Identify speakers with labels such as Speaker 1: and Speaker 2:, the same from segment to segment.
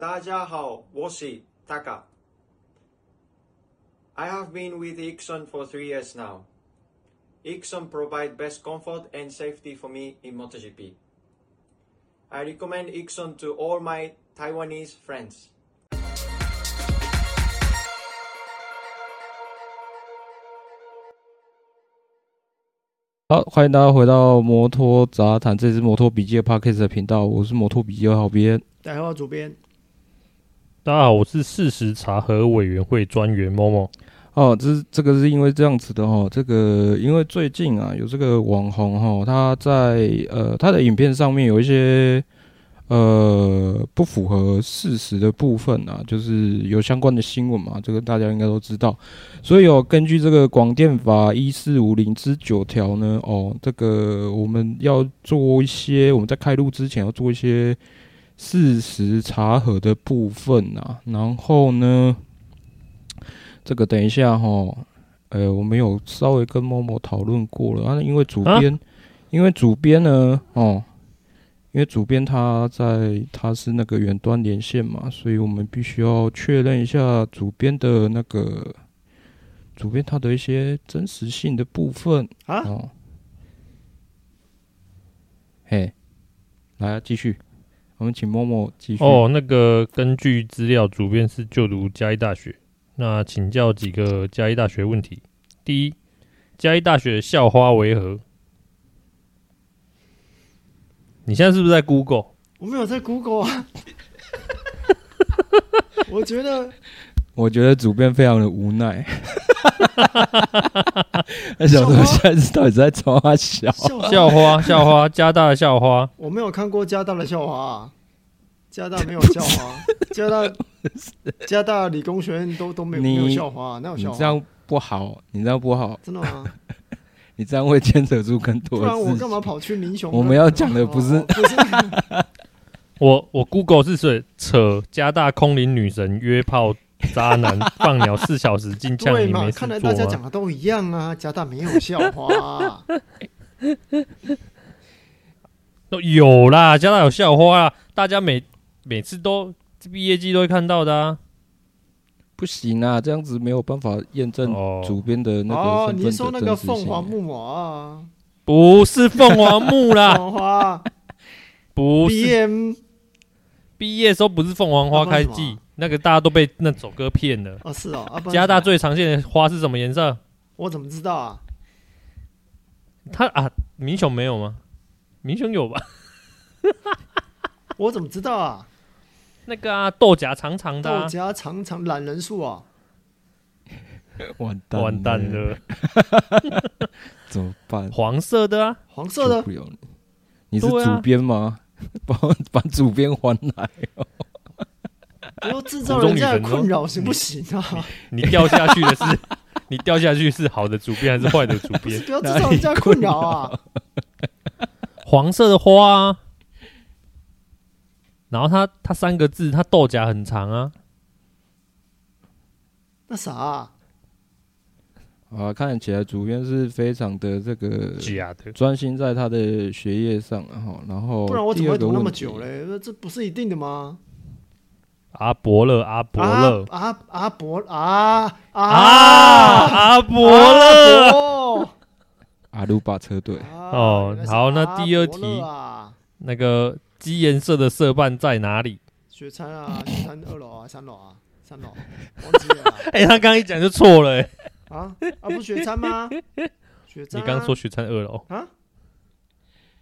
Speaker 1: 大家好，我是 Taka. I have been with Ixon for three years now. Ixon provide best comfort and safety for me in MotoGP. I recommend Ixon to all my Taiwanese friends.
Speaker 2: 好，欢迎大家回到摩托杂谈，这是摩托笔记的 Podcast 的频道，我是摩托笔记的好编。
Speaker 3: 大家好，主编，
Speaker 4: 大家好，我是事实查核委员会专员某某。
Speaker 2: 哦，这是这个是因为这样子的哦，这个因为最近啊有这个网红哈、哦，他在呃他的影片上面有一些呃不符合事实的部分啊，就是有相关的新闻嘛，这个大家应该都知道。所以哦，根据这个广电法一四五零之九条呢，哦，这个我们要做一些我们在开录之前要做一些事实查核的部分啊，然后呢。这个等一下哈，呃，我们有稍微跟某某讨论过了啊，因为主编，因为主编呢，哦，因为主编他在他是那个远端连线嘛，所以我们必须要确认一下主编的那个主编他的一些真实性的部分
Speaker 3: 啊
Speaker 2: 哦，嘿，来啊，继续，我们请某某继续
Speaker 4: 哦，那个根据资料，主编是就读嘉义大学。那请教几个嘉义大学问题。第一，嘉义大学校花为何？你现在是不是在 Google？
Speaker 3: 我没有在 Google 啊。我觉得
Speaker 2: 我觉得主编非常的无 奈，他想说现在是到底是在冲他笑？
Speaker 3: 校花，
Speaker 4: 校花，校花，加大的校花。
Speaker 3: 我没有看过加大的校花、啊，加大没有校 花，加大加大理工学院都都没有
Speaker 2: 你
Speaker 3: 没有校花、啊，哪有
Speaker 2: 你
Speaker 3: 校
Speaker 2: 这
Speaker 3: 花？
Speaker 2: 样不好，你这样不好，
Speaker 3: 真的 吗？
Speaker 2: 你这样会牵扯出更多
Speaker 3: 不
Speaker 2: 的
Speaker 3: 然我
Speaker 2: 事情。
Speaker 3: 干嘛跑去民雄？
Speaker 2: 我们要讲的不是
Speaker 3: 哦不 是
Speaker 4: 我我 Google 是谁？扯加大空灵女神约炮渣 男放鸟四小时进呛
Speaker 3: 对
Speaker 4: 你
Speaker 2: 啊
Speaker 3: 嘛？
Speaker 4: 没
Speaker 3: 看
Speaker 4: 事
Speaker 3: 来
Speaker 4: 做啊
Speaker 3: 大家
Speaker 4: 吗？
Speaker 3: 讲的都一样啊，加大没有校花啊、
Speaker 4: 都有啦，加大有校花啦，大家每每次都毕业季都会看到的啊。
Speaker 2: 不行啊，这样子没有办法验证
Speaker 4: 哦，
Speaker 2: 主编的 那个
Speaker 3: 哦，
Speaker 2: 身
Speaker 3: 你
Speaker 2: 份
Speaker 3: 是说
Speaker 2: 的
Speaker 3: 那
Speaker 2: 真
Speaker 3: 个
Speaker 2: 实
Speaker 3: 凤
Speaker 2: 性
Speaker 3: 凰木马啊？
Speaker 4: 不是凤凰木
Speaker 2: 啊
Speaker 4: 啦，
Speaker 3: 凤凰花
Speaker 4: 不
Speaker 3: ，B
Speaker 4: 是
Speaker 3: M
Speaker 4: 毕业的时候不是凤凰花开
Speaker 3: 那不然什
Speaker 4: 季
Speaker 3: 么，
Speaker 4: 那个大家都被那首歌骗了。
Speaker 3: 哦，是哦，啊，不然
Speaker 4: 加大
Speaker 3: 什么
Speaker 4: 最常见的花是什么颜色？
Speaker 3: 我怎么知道啊？
Speaker 4: 它啊，民雄没有吗？民雄有吧？
Speaker 3: 我怎么知道啊？
Speaker 4: 那个啊，豆荚长长的、
Speaker 3: 豆
Speaker 4: 啊，
Speaker 3: 荚常常懒人数啊，
Speaker 2: 完蛋
Speaker 4: 完蛋，了，
Speaker 2: 怎么办？
Speaker 4: 黄色的啊，
Speaker 3: 黄色的
Speaker 2: 不了你，你是
Speaker 4: 对啊
Speaker 2: 主编吗？ 把把主编还来，
Speaker 3: 不要制造人家的
Speaker 4: 苦中女神哦
Speaker 3: 困扰行不行 啊？
Speaker 4: 你掉下去的是 你掉下去是好的主编还是坏的主
Speaker 3: 不是
Speaker 4: 编？
Speaker 3: 不要制造人家的困扰啊！
Speaker 4: 黄色的花啊，然后它它三个字，它豆荚很长啊，
Speaker 3: 那啥啊，
Speaker 2: 啊，看起来主编是非常的这个
Speaker 3: 啊
Speaker 4: 假的。
Speaker 2: 专心在他的学业上，然后，然
Speaker 4: 哦
Speaker 2: 后
Speaker 3: 不然我怎么会读那么久
Speaker 2: 第二个问题？
Speaker 3: 嘞？那这不是一定的吗？
Speaker 4: 阿伯乐，阿伯乐，
Speaker 3: 啊啊啊伯啊啊
Speaker 4: 啊，阿伯乐，
Speaker 3: 伯
Speaker 2: 阿鲁巴车队，
Speaker 3: 啊
Speaker 4: 哦
Speaker 3: 原来是
Speaker 4: 好那
Speaker 3: 阿伯
Speaker 4: 第二
Speaker 3: 乐
Speaker 4: 题
Speaker 3: 啊，
Speaker 4: 那个鸡颜色的色瓣在哪里？
Speaker 3: 雪山啊，雪山二楼啊，三楼啊，三楼，忘记了啊
Speaker 4: 哎、他刚刚一讲就错了、欸。
Speaker 3: 啊啊，不是雪山吗？雪
Speaker 4: 你
Speaker 3: 山啊，
Speaker 4: 刚刚说雪山二楼
Speaker 3: 啊？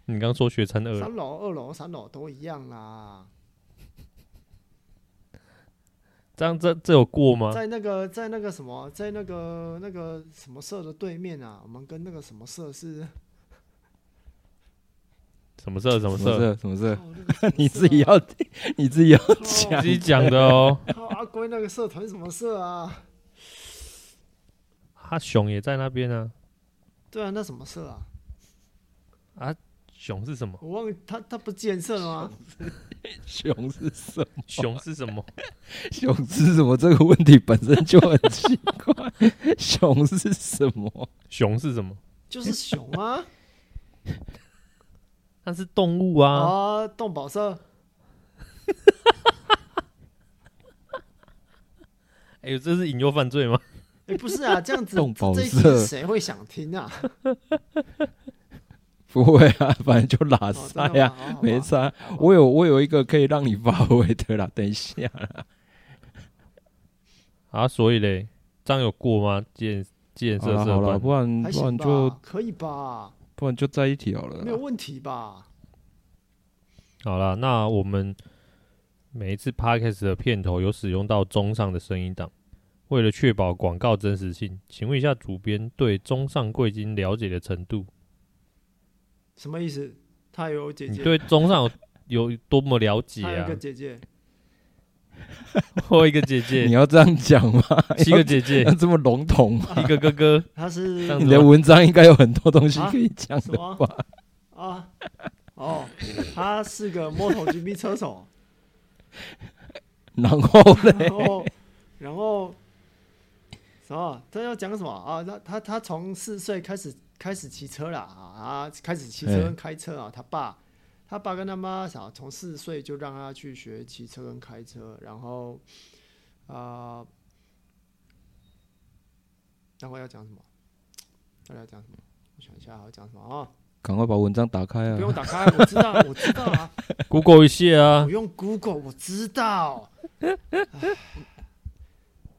Speaker 4: 你刚刚说雪山二楼
Speaker 3: 三楼、二楼、三楼都一样啦。
Speaker 4: 这样这这有过吗？
Speaker 3: 在那个在那个什么，在那个那个什么社的对面啊，我们跟那个什么社是，
Speaker 4: 什么色？什么
Speaker 2: 什么
Speaker 4: 色？
Speaker 2: 事？什么事？
Speaker 3: 靠那个什么社啊
Speaker 2: 你自己要，你自己要
Speaker 4: 自
Speaker 2: 讲。
Speaker 4: 己讲的哦。
Speaker 3: 靠阿龟那个社团什么社啊？
Speaker 4: 他熊也在那边啊。
Speaker 3: 对啊，那什么社啊？
Speaker 4: 熊是什么？
Speaker 3: 我忘了，他他不是建设了吗？
Speaker 2: 熊是什么？
Speaker 4: 熊是什么？
Speaker 2: 熊是什么？这个问题本身就很奇怪。熊是什么？
Speaker 4: 熊是什 么？
Speaker 3: 就是熊啊哦
Speaker 4: 它是动物啊。
Speaker 3: 啊，动保社
Speaker 4: 哎呦，这是引诱犯罪吗？
Speaker 3: 哎、不是啊，这样子
Speaker 2: 动保
Speaker 3: 这一
Speaker 2: 色
Speaker 3: 集谁会想听啊？
Speaker 2: 不会啊，反正就拉
Speaker 3: 哦
Speaker 2: 塞
Speaker 3: 真的
Speaker 2: 啊
Speaker 3: 吗，好好吧
Speaker 2: 没差。我有我有一个可以让你发挥的啦，等一下啦。
Speaker 4: 啊，所以嘞，这样有过吗？建建
Speaker 2: 好
Speaker 4: 设
Speaker 2: 了
Speaker 4: 社
Speaker 2: 好了，
Speaker 4: 办
Speaker 2: 不然
Speaker 3: 还
Speaker 2: 不
Speaker 3: 行
Speaker 2: 然
Speaker 3: 吧，
Speaker 2: 就
Speaker 3: 可以吧，
Speaker 2: 不然就在一起好了
Speaker 3: 没有
Speaker 2: 啦。
Speaker 3: 问题吧？
Speaker 4: 好啦，那我们每一次 podcast 的片头有使用到中上的声音档，为了确保广告真实性，请问一下主编对中上贵金了解的程度，
Speaker 3: 什么意思？他有姐
Speaker 4: 你
Speaker 3: 姐，
Speaker 4: 对中上有有多么了解
Speaker 3: 他有一
Speaker 4: 啊
Speaker 3: 个？姐姐，
Speaker 4: 我一个姐姐
Speaker 2: 你，要这样讲吗？
Speaker 4: 七个姐 姐
Speaker 2: 要，这么笼统吗？
Speaker 4: 一个哥哥，
Speaker 3: 他
Speaker 4: 这
Speaker 3: 是
Speaker 4: 样子
Speaker 2: 你的文章应该有很多东西可以讲
Speaker 3: 什
Speaker 2: 的。
Speaker 3: 么啊？ 哦，他是个 MotoGP 车 手，
Speaker 2: 然后呢？
Speaker 3: 然后，然后什么？他要讲什么啊？他他他从四岁开始开始骑车啦啊，开始骑车
Speaker 2: 哎
Speaker 3: 跟开车啊。他爸，他爸跟他妈想从四岁就让他去学骑车跟开车，然后啊、然后要讲什么？到底要讲什么？我想一下，要讲什么啊？
Speaker 2: 赶快把文章打开
Speaker 3: 不用
Speaker 2: 啊！
Speaker 3: 打开，我知道，我知道啊，
Speaker 4: Google 一下啊
Speaker 3: 我，用 Google，我知道。唉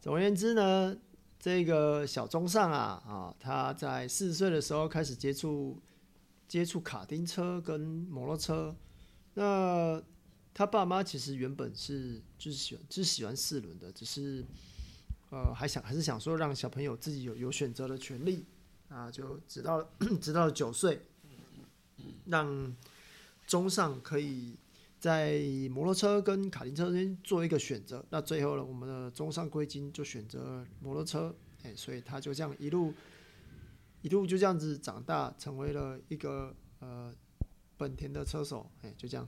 Speaker 3: 总而言之呢，这个小中上啊啊，他在四十岁的时候开始接触接触卡丁车跟摩托车。那他爸妈其实原本是就是喜欢就是喜欢四轮的，只是呃还想还是想说让小朋友自己有有选择的权利啊，就直到 直到九岁，让中上可以在摩托车跟卡丁车之间做一个选择。那最后呢，我们的中上贵金就选择了摩托车，哎、所以他就这样一路一路就这样子长大，成为了一个呃本田的车手，哎、就这样。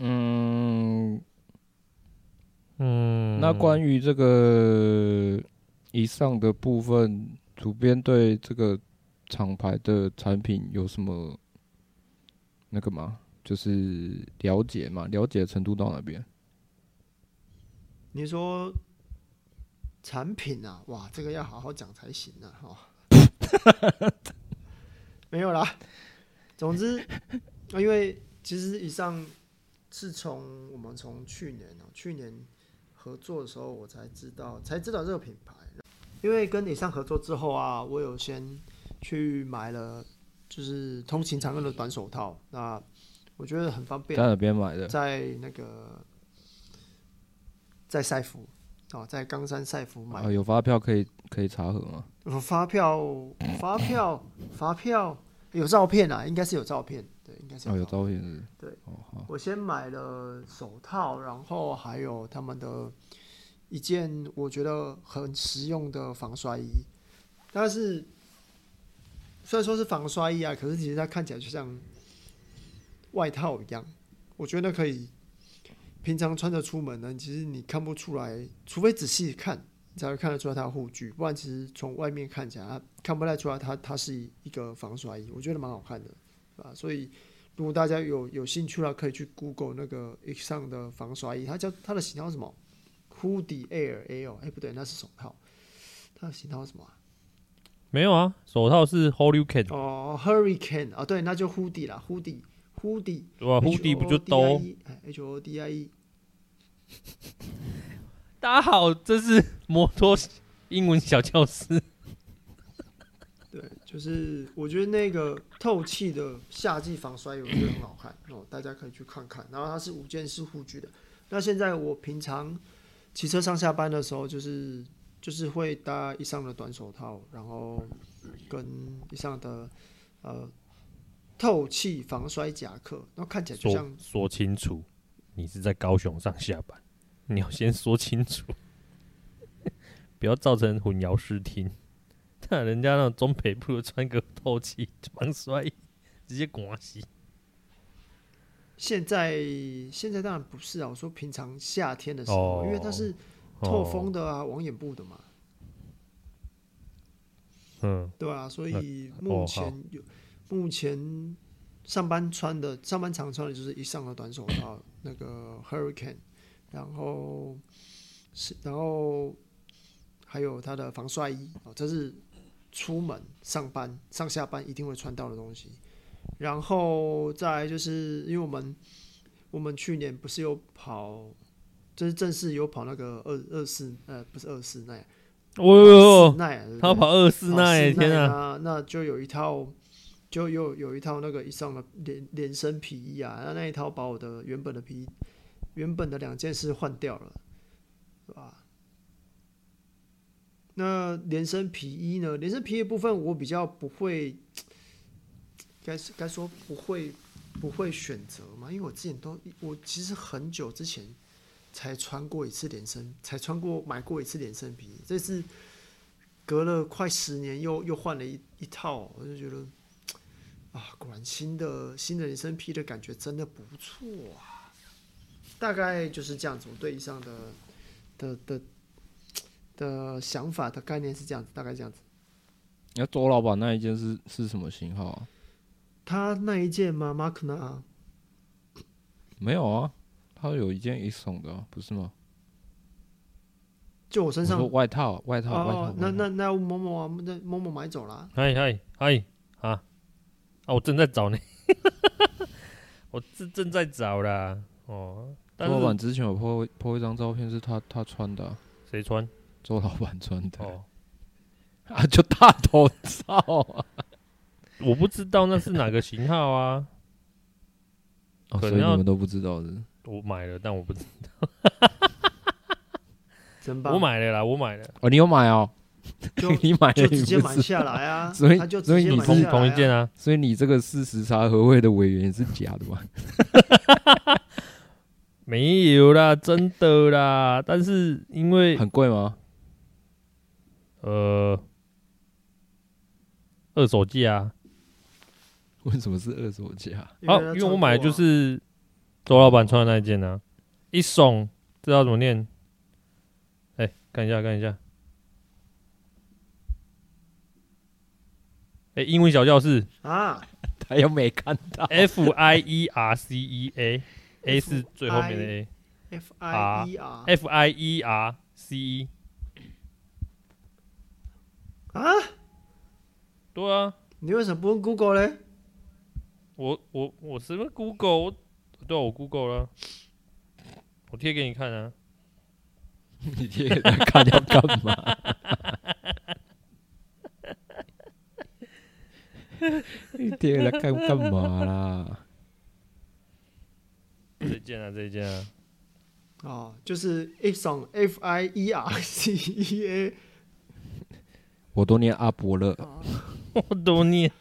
Speaker 2: 嗯，
Speaker 4: 嗯，
Speaker 2: 那关于这个以上的部分，主编对这个厂牌的产品有什么那个吗？就是了解嘛，了解程度到哪边？
Speaker 3: 你说产品啊，哇，这个要好好讲才行呢、啊，哦， 没有啦。总之，啊因为其实以上是从我们从去年哦，去年合作的时候，我才知道才知道这个品牌。因为跟以上合作之后啊，我有先去买了就是通勤常用的短手套，那我觉得很方便
Speaker 2: 在。哪边买的？
Speaker 3: 在那个在赛福哦，在冈山赛福买
Speaker 2: 啊，有发票可以可以查核吗？
Speaker 3: 我发票，发票，发票有照片啊，应该是有照片，对，应该是
Speaker 2: 啊，有
Speaker 3: 有照片。
Speaker 2: 照片是不是？
Speaker 3: 对
Speaker 2: 哦好，
Speaker 3: 我先买了手套，然后还有他们的一件我觉得很实用的防摔衣，但是虽然说是防摔衣啊，可是其实它看起来就像外套一样，我觉得可以平常穿着出门呢，其实你看不出来，除非仔细看。你才会看得出来它的护具，不然其实从外面看起来，它看不太出来它它是一个防摔衣，我觉得蛮好看的，对吧？所以如果大家有有兴趣的话，可以去 Google 那个 X 上的防摔衣，它叫它的型号是什么？Hoodie Air A O，哎、不对，那是手套。它的型号是什么啊、
Speaker 4: 没有啊，手套是 Hurricane，
Speaker 3: 哦，Hurricane 啊，对，那就 Hoodie 啦，Hoodie Hoodie
Speaker 4: 对吧？Hoodie 哦不就兜？
Speaker 3: 哎 H O D I E
Speaker 4: 大家好，这是摩托英文小教师。
Speaker 3: 对，就是我觉得那个透气的夏季防摔，我觉得很好看 哦，大家可以去看看。然后它是五件式护具的。那现在我平常骑车上下班的时候，就是就是会搭以上的短手套，然后跟以上的呃透气防摔夹克，然后看起来就
Speaker 4: 说
Speaker 3: 像
Speaker 4: 说清楚，你是在高雄上下班，你要先说清楚，不要造成混淆视听。但人家那种中北部的穿个透气防摔，直接刮洗。
Speaker 3: 现在现在当然不是啊，我说平常夏天的时候，因为它是透
Speaker 4: 哦
Speaker 3: 风的啊，网眼布的嘛。
Speaker 4: 嗯，
Speaker 3: 对啊，所
Speaker 4: 那
Speaker 3: 以目
Speaker 4: 哦
Speaker 3: 前有、目前上班穿的上班常穿的就是一上的短手套，那个 Hurricane，然后是然后还有他的防晒衣哦，这是出门上班上下班一定会穿到的东西。然后再来就是因为我们我们去年不是有跑，就是正式有跑那个二二四呃不是二四那样，
Speaker 4: 哦呦呦，
Speaker 3: 那样
Speaker 4: 他跑二四
Speaker 3: 那
Speaker 4: 那耶，天啊！
Speaker 3: 啊！那就有一套，就有有一套那个以上的连连身皮衣啊，那那一套把我的原本的皮衣原本的两件事换掉了，对吧？那连身皮衣呢？连身皮衣的部分我比较不会，该是该说不会不会选择嘛，因为我之前都我其实很久之前才穿过一次连身，才穿过买过一次连身皮衣，这是隔了快十年又又换了一一套，我就觉得啊，果然新的新的人生批的感觉真的不错啊。大概就是这样子，我对以上的的的的想法的概念是这样子，大概这样子。
Speaker 2: 那周老板那一件是是什么型号啊？
Speaker 3: 他那一件吗？Mark 呢？
Speaker 2: 没有啊，他有一件 Exxon 的啊，不是吗？
Speaker 3: 就我身
Speaker 2: 我
Speaker 3: 上
Speaker 2: 说外套，啊外套，外套
Speaker 3: 哦，。那
Speaker 2: 外套
Speaker 3: 那那某某啊，那某某买走了。啊
Speaker 4: 嗨嗨嗨啊！啊，我正在找呢， 我正正在找啦。哦，但
Speaker 2: 周老板
Speaker 4: 是
Speaker 2: 之前有 po po 一张照片，是他他穿的啊、
Speaker 4: 谁穿？
Speaker 2: 周老板穿的、
Speaker 4: 哦，
Speaker 2: 啊，就大头照啊。
Speaker 4: 我不知道那是哪个型号啊，
Speaker 2: 哦，
Speaker 4: 可
Speaker 2: 所
Speaker 4: 能
Speaker 2: 以你
Speaker 4: 要
Speaker 2: 们都不知道的。
Speaker 4: 我买了，但我不知，
Speaker 3: 真棒！
Speaker 4: 我买了啦，我买了，
Speaker 2: 哦，你有买哦，
Speaker 3: 就
Speaker 2: 你买了，
Speaker 3: 就直接
Speaker 2: 你不
Speaker 3: 买
Speaker 2: 知
Speaker 3: 下来啊，
Speaker 2: 所以
Speaker 3: 他就
Speaker 2: 所
Speaker 3: 直
Speaker 2: 以
Speaker 3: 接
Speaker 2: 你
Speaker 3: 买
Speaker 4: 同
Speaker 3: 下来、啊、
Speaker 4: 同一件啊。
Speaker 2: 所以你这个事实查核会的委员也是假的嘛？
Speaker 4: 没有啦，真的啦。但是因为
Speaker 2: 很贵吗？
Speaker 4: 呃，二手价
Speaker 2: 为什么是二手价？
Speaker 4: 啊，啊，
Speaker 3: 他
Speaker 4: 因为
Speaker 3: 穿
Speaker 4: 我买的
Speaker 3: 过
Speaker 4: 就
Speaker 3: 啊
Speaker 4: 是周老板穿的那一件啊，一送知道怎么念？哎、看一下，看一下。哎、英文小教室
Speaker 3: 啊
Speaker 2: 他又没看到。
Speaker 4: F I E R C E A，A 是最后面的 A。
Speaker 3: ，F I E R
Speaker 4: F I E R C E
Speaker 3: 啊，
Speaker 4: 对啊，
Speaker 3: 你为什么不问 Google 嘞？
Speaker 4: 我我我什么 Google，我对啊、我 Google 了，我贴给你看啊。
Speaker 2: 你贴给他看要干嘛？你贴给他看干嘛啦？
Speaker 4: 这一件啊，这一件啊，
Speaker 3: 哦，就是 Epson F I E R C E A
Speaker 2: 我都念阿伯了，
Speaker 4: 我都念。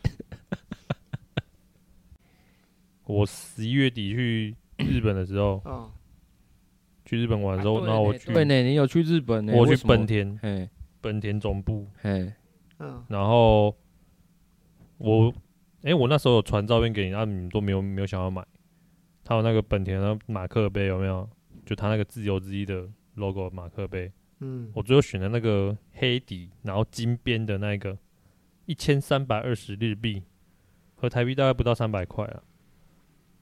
Speaker 4: 我十一月底去日本的时候，
Speaker 3: 哦，
Speaker 4: 去日本玩的时候，然后我去
Speaker 2: 啊对呢，你有去日本呢？
Speaker 4: 我
Speaker 2: 为
Speaker 4: 去
Speaker 2: 什么
Speaker 4: 本，田
Speaker 2: 嘿，
Speaker 4: 本田总部，
Speaker 2: 嘿，
Speaker 3: 嗯，
Speaker 4: 然后我哎、我那时候有传照片给你，啊，你们都没有没有想要买。他有那个本田的马克杯有没有？就他那个自由之翼的 logo 马克杯，
Speaker 3: 嗯，
Speaker 4: 我最后选的那个黑底，然后金边的那一个，一千三百二十日币，和台币大概不到三百块啊。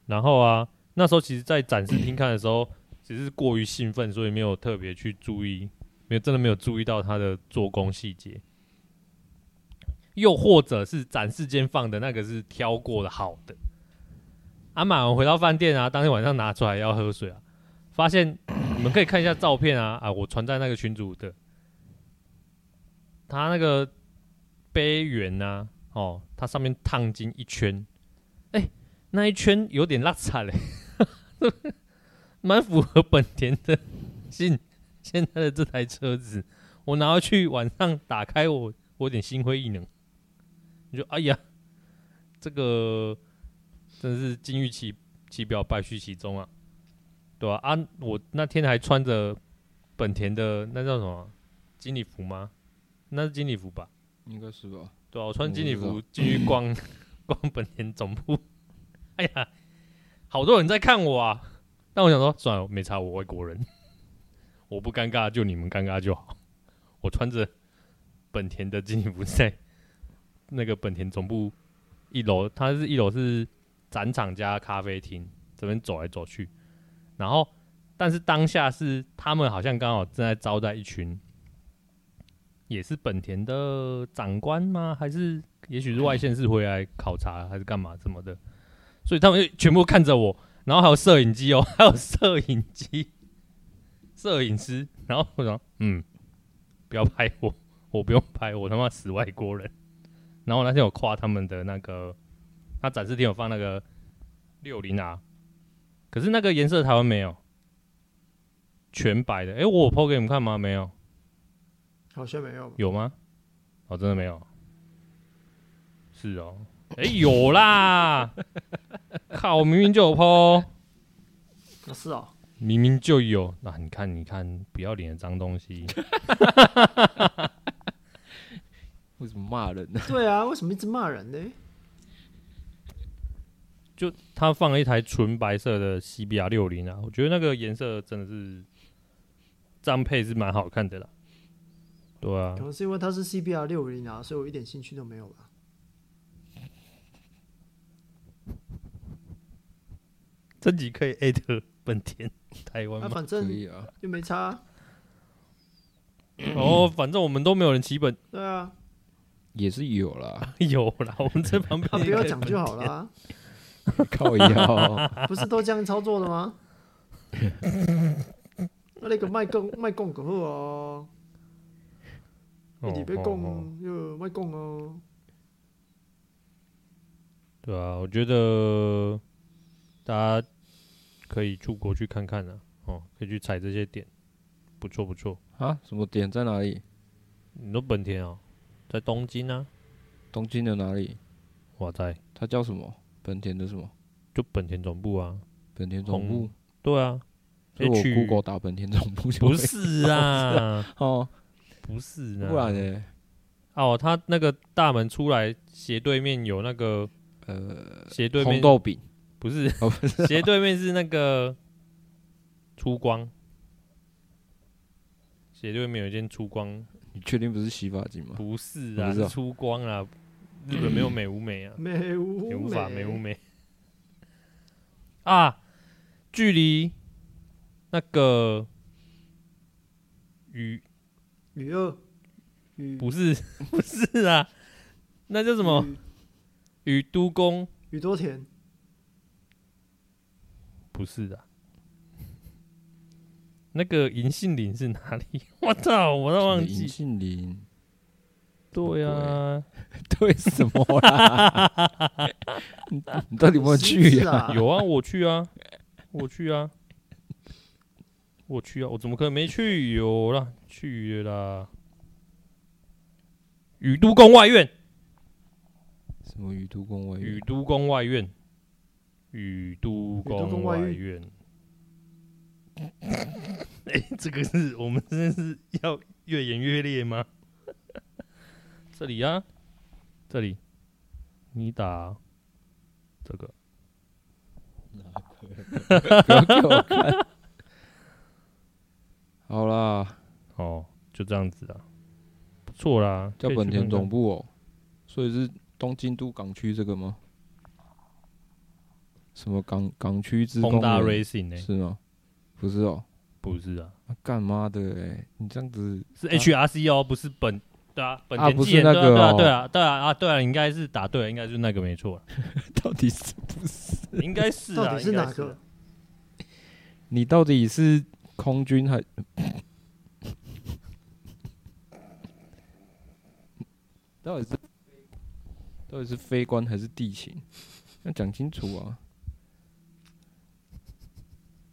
Speaker 4: 然后啊，那时候其实，在展示厅看的时候， 只是过于兴奋，所以没有特别去注意，没有真的没有注意到它的做工细节。又或者是展示间放的那个是挑过的好的，啊，买完回到饭店啊，当天晚上拿出来要喝水啊，发现你们可以看一下照片啊啊！我传在那个群组的，它那个杯缘呐、啊，哦，它上面烫金一圈，哎、那一圈有点拉惨嘞， 蛮符合本田的现现在的这台车子。我拿回去晚上打开我，我有点心灰意冷。你说，哎呀，这个真是金玉其其表，败絮其中啊。对啊，啊，我那天还穿着本田的那叫什么经理服吗？那是经理服吧？
Speaker 2: 应该是吧？
Speaker 4: 对啊，我穿经理
Speaker 2: 我
Speaker 4: 服
Speaker 2: 不
Speaker 4: 进去逛 逛本田总部。 哎呀，好多人在看我啊！但我想说，算了，没差，我外国人， 我不尴尬，就你们尴尬就好。我穿着本田的经理服在那个本田总部一楼，它是一楼是展场加咖啡厅，这边走来走去，然后但是当下是他们好像刚好正在招待一群，也是本田的长官吗？还是也许是外县市回来考察还是干嘛什么的？所以他们就全部看着我，然后还有摄影机哦，还有摄影机， 摄影师。然后我说：“嗯，不要拍我，我不用拍，我他妈死外国人。”然后那天我夸他们的那个，他展示厅有放那个六零 R，可是那个颜色台湾没有，全白的。诶，我有 PO 给你们看吗？没有，
Speaker 3: 好像没有吧。
Speaker 4: 有吗？哦，真的没有。是哦，诶，有啦！ 靠，我明明就有 PO，
Speaker 3: 啊是哦，
Speaker 4: 明明就有。那、你看，你看，不要脸的脏东西。
Speaker 2: 为什么骂人呢、
Speaker 3: 对啊，为什么一直骂人呢？
Speaker 4: 就他放了一台纯白色的 CBR 六零啊，我觉得那个颜色真的是这样配是蛮好看的啦。对啊
Speaker 3: 可，能是因为它是 CBR 六零啊，所以我一点兴趣都没有吧。
Speaker 4: 这集可以艾特本田台湾
Speaker 3: 那、
Speaker 4: 吗？
Speaker 3: 反
Speaker 2: 可
Speaker 3: 正
Speaker 2: 以啊，
Speaker 3: 又没差啊，
Speaker 4: 哦，反正我们都没有人骑本，
Speaker 3: 对啊，
Speaker 2: 也是有啦，
Speaker 4: 有啦，我们这旁边
Speaker 3: 啊不要讲就好了啊，
Speaker 2: 靠腰。
Speaker 3: 不是都这样操作的吗？啊那个卖供卖供可好哦，
Speaker 4: 哦
Speaker 3: 你被
Speaker 4: 哦哦
Speaker 3: 供又卖供哦，
Speaker 4: 对啊，我觉得大家可以出国去看看啊，哦，可以去踩这些点，不错不错。
Speaker 2: 啊，什么点在哪里？
Speaker 4: 你说本田哦，在东京啊，
Speaker 2: 东京的哪里？
Speaker 4: 哇塞，
Speaker 2: 它叫什么？本田的什么？
Speaker 4: 就本田总部啊，
Speaker 2: 本田总部
Speaker 4: 红。对 啊，
Speaker 2: 所以我
Speaker 4: 去
Speaker 2: Google 打本田总部就
Speaker 4: 不
Speaker 2: 会
Speaker 4: 是啊，
Speaker 2: 哦，
Speaker 4: 不是啊，
Speaker 2: 不然呢？
Speaker 4: 哦，他那个大门出来斜对面有那个
Speaker 2: 呃，
Speaker 4: 斜对
Speaker 2: 红
Speaker 4: 面
Speaker 2: 豆饼
Speaker 4: 不是
Speaker 2: 哦，不是
Speaker 4: 斜对面是那个出光，斜对面有一间出光，
Speaker 2: 你确定不是洗发精吗？
Speaker 4: 不是啊，
Speaker 2: 不是
Speaker 4: 是
Speaker 2: 哦
Speaker 4: 出光啊，日本没有美无美啊，
Speaker 3: 美无
Speaker 4: 美
Speaker 3: 嗯美
Speaker 4: 无法美无美啊，距离那个与
Speaker 3: 雨二雨
Speaker 4: 不是 不是啊，那叫什么？
Speaker 3: 雨
Speaker 4: 与都宫
Speaker 3: 雨多田
Speaker 4: 不是的，那个银杏林是哪里？ 我操，我都忘
Speaker 2: 银
Speaker 4: 记。
Speaker 2: 杏林，
Speaker 4: 对啊，
Speaker 2: 对什么啦？ 你你到底有没有去
Speaker 3: 是
Speaker 2: 呀？
Speaker 3: 啊，
Speaker 4: 有啊，我去啊，我去啊，我去啊，我怎么可能没去？有啦，去了啦。宇都宫外苑，
Speaker 2: 什么宇都宫外苑
Speaker 4: 宇都宫外苑，宇都
Speaker 3: 宇都宫
Speaker 4: 宫
Speaker 3: 外
Speaker 4: 外
Speaker 3: 苑
Speaker 4: 苑。 哎、这个是我们真的是要越演越烈吗？ 这里啊，这里，你打这个，
Speaker 2: 不要给 我看。好啦，
Speaker 4: 哦，就这样子啊，不错啦，
Speaker 2: 叫
Speaker 4: 可以去
Speaker 2: 本田
Speaker 4: 看看
Speaker 2: 总部哦，所以是东京都港区这个吗？什么港港区之公
Speaker 4: Honda
Speaker 2: 园
Speaker 4: Racing 呢、
Speaker 2: 是吗？不是哦，
Speaker 4: 不是啊，
Speaker 2: 啊干妈的哎，你这样子
Speaker 4: 是 HRC 哦，不是本。对啊，本
Speaker 2: 啊
Speaker 4: 田
Speaker 2: 不
Speaker 4: 纪
Speaker 2: 是
Speaker 4: 言
Speaker 2: 那
Speaker 4: 对啊
Speaker 2: 个
Speaker 4: 对啊，
Speaker 2: 哦
Speaker 4: 对啊，对啊，啊，对啊，应该是答对了，应该就是那个没错了，
Speaker 2: 到底是不是？
Speaker 4: 应该是啊，
Speaker 3: 到底是
Speaker 4: 应该
Speaker 3: 哪个
Speaker 4: 啊
Speaker 2: 你到底是空军还？ 到底是到底是飞官还是地勤？要讲清楚啊！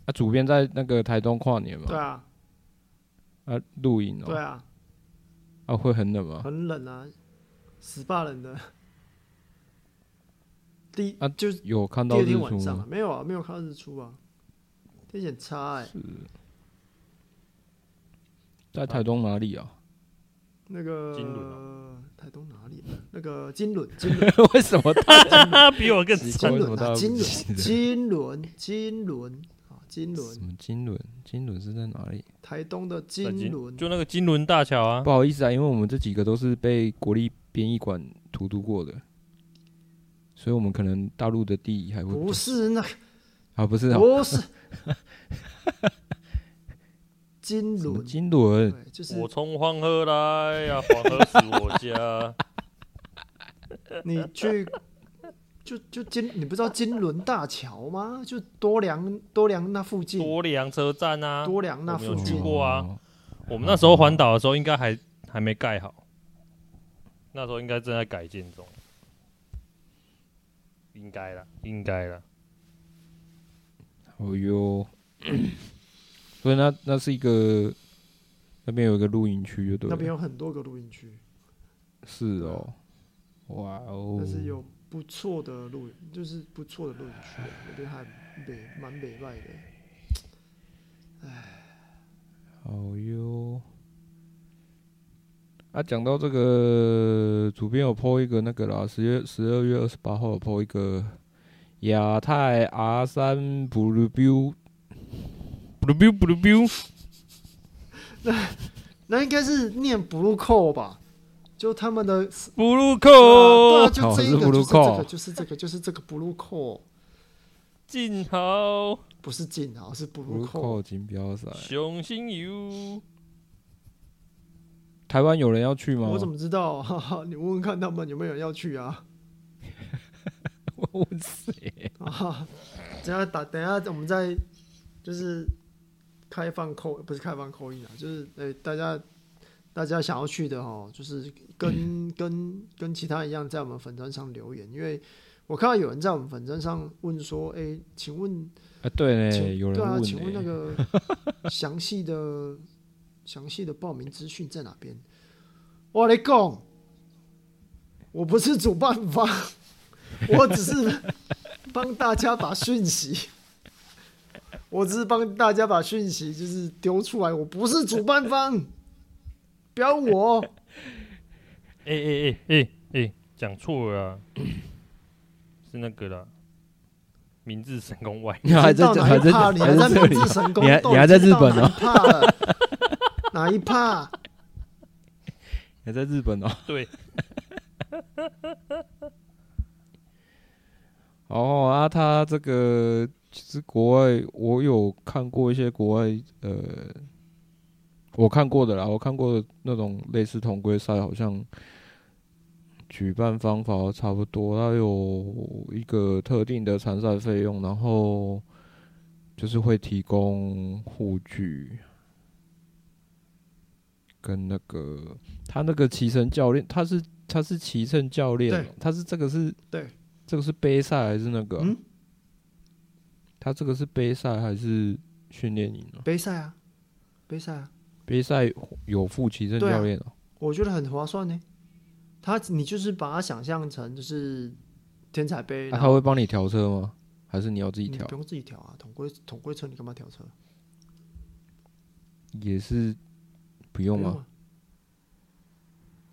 Speaker 2: 啊，主编在那个台东跨
Speaker 4: 嗯
Speaker 2: 年嘛，
Speaker 3: 对啊
Speaker 2: 啊，露营
Speaker 3: 对
Speaker 2: 哦，
Speaker 3: 啊，
Speaker 2: 啊，会很冷吗？
Speaker 3: 很冷啊，死霸冷的。第
Speaker 2: 啊
Speaker 3: 就是。
Speaker 2: 有看
Speaker 3: 第
Speaker 2: 到
Speaker 3: 二
Speaker 2: 日
Speaker 3: 天晚
Speaker 2: 出
Speaker 3: 上啊
Speaker 2: 吗？
Speaker 3: 没有啊，没有看到日出啊，天气很差哎、
Speaker 2: 在台东哪里 啊？
Speaker 3: 那个
Speaker 4: 金轮
Speaker 3: 台东哪里、啊？那个金轮，金 轮，
Speaker 2: 为什么他？
Speaker 4: 他啊 比我更
Speaker 2: 奇
Speaker 4: 惨
Speaker 2: 怪
Speaker 3: 金
Speaker 2: 为什么大家
Speaker 3: 轮啊，
Speaker 2: 不
Speaker 3: 金轮
Speaker 2: 记，得
Speaker 3: 金轮，金轮啊，金
Speaker 2: 什
Speaker 3: 轮，
Speaker 2: 么金轮？金轮是在哪里？
Speaker 3: 台东的
Speaker 4: 在
Speaker 3: 金轮，
Speaker 4: 就那个金轮大桥啊
Speaker 2: 不，好意思啊，因为我们这几个都是被国立编译馆荼毒过的，所以我们可能大陆的地理还会
Speaker 3: 不是那
Speaker 2: 啊，不是
Speaker 3: 个，
Speaker 2: 啊，
Speaker 3: 不是，金
Speaker 2: 什么
Speaker 3: 轮，
Speaker 2: 金轮？
Speaker 3: 对，就是
Speaker 4: 我从黄河来呀、黄河是我 家。
Speaker 3: 你去，就就金，你不知道金轮大桥吗？就多良多良那附近，
Speaker 4: 多良车站啊，
Speaker 3: 多良那附
Speaker 4: 我没有去
Speaker 3: 近，
Speaker 4: 过啊
Speaker 2: 哦，
Speaker 4: 我们那时候环岛的时候应该还还没盖好，那时候应该正在改建中，应该啦，应该啦。
Speaker 2: 哦哟， 所以那那是一个那边有一个露营区，就对了。
Speaker 3: 那边有很多个露营区，
Speaker 2: 是哦，哇哦，
Speaker 3: 但是有不错的露，就是不错的露营区啊，我觉得还北蛮北外的。
Speaker 2: 好哟。啊，讲到这个，主编有 PO 一个那个啦，十月十二月二十八号有 PO 一个亚太 R 三 Blue Bill Blue Bill Blue Bill
Speaker 3: 那应该是念 blue call 吧？就他们的
Speaker 4: Blue
Speaker 3: 对啊，
Speaker 4: Call
Speaker 3: 就这一个，
Speaker 2: 哦是
Speaker 3: 就
Speaker 2: blue
Speaker 3: 是这个，
Speaker 2: call
Speaker 3: 就是这个，就是这个 blue call，
Speaker 4: 静好，
Speaker 3: 不是进啊，是 blue
Speaker 2: Blue
Speaker 3: call。
Speaker 2: Call 锦标
Speaker 4: 哎
Speaker 2: 赛，
Speaker 4: 雄心游，
Speaker 2: 台湾有人要去吗？
Speaker 3: 我 怎么知道？ 哈哈，你问问看他们有没有人要去啊？
Speaker 2: 我问谁？
Speaker 3: 啊， 等下打，等下我们再就是开放扣，不是开放扣印啊，就是呃、大家大家想要去的哦，就是跟跟跟其他一样，在我们粉砖上留言，因为我看到有人在我们粉砖上问说，哎、请问
Speaker 2: 啊，对呢，
Speaker 3: 请
Speaker 2: 有人
Speaker 3: 对啊，
Speaker 2: 问
Speaker 3: 请问那
Speaker 2: 呢。
Speaker 3: 个详细的详细的报名资讯在哪边？我来讲，我不是主办方， 我只是帮大家把讯息，我只是帮大家把讯息就是丢出来，我不是主办方，不要我。
Speaker 4: 哎哎哎哎哎，讲错了啊， 是那个啦，明治神宫 外，
Speaker 2: 你 还在
Speaker 3: 已
Speaker 2: 这，
Speaker 3: 经到哪
Speaker 2: 还
Speaker 3: 一
Speaker 2: 在
Speaker 3: 趴了你
Speaker 2: 还
Speaker 3: 还
Speaker 2: 在
Speaker 3: 在
Speaker 2: 这里啊
Speaker 3: 明，治神宫，
Speaker 2: 你还
Speaker 3: 都
Speaker 2: 你
Speaker 3: 已
Speaker 2: 还在
Speaker 3: 经
Speaker 2: 日
Speaker 3: 到
Speaker 2: 本哦
Speaker 3: 哪一趴了？哪一趴？
Speaker 2: 还在日本哦。
Speaker 4: 对，
Speaker 2: 哦啊，他这个其实国外我有看过一些国外呃，我看过的啦，我看过那种类似同归赛，好像举呃办方法都差不多，它有一个特定的参赛费用，然后就是会提供护具。跟那个他那个骑乘教练，他是他是骑乘教练哦
Speaker 3: 对，
Speaker 2: 他是这个是
Speaker 3: 对，
Speaker 2: 这个是杯赛还是那个啊、
Speaker 3: 嗯
Speaker 2: 他这个是杯赛还是训练营啊？
Speaker 3: 杯赛啊，杯赛啊。
Speaker 2: 杯赛有副骑乘
Speaker 3: 对啊
Speaker 2: 教练哦、
Speaker 3: 我觉得很划算呢。他你就是把它想象成就是天才杯，
Speaker 2: 那、
Speaker 3: 然
Speaker 2: 啊他
Speaker 3: 后
Speaker 2: 会帮你调车吗？还是你要自己
Speaker 3: 你
Speaker 2: 调
Speaker 3: 不？用自己调啊，统规统规车你干嘛调车？嗯
Speaker 2: 也是不用
Speaker 3: 不
Speaker 2: 吗？哦
Speaker 3: 用啊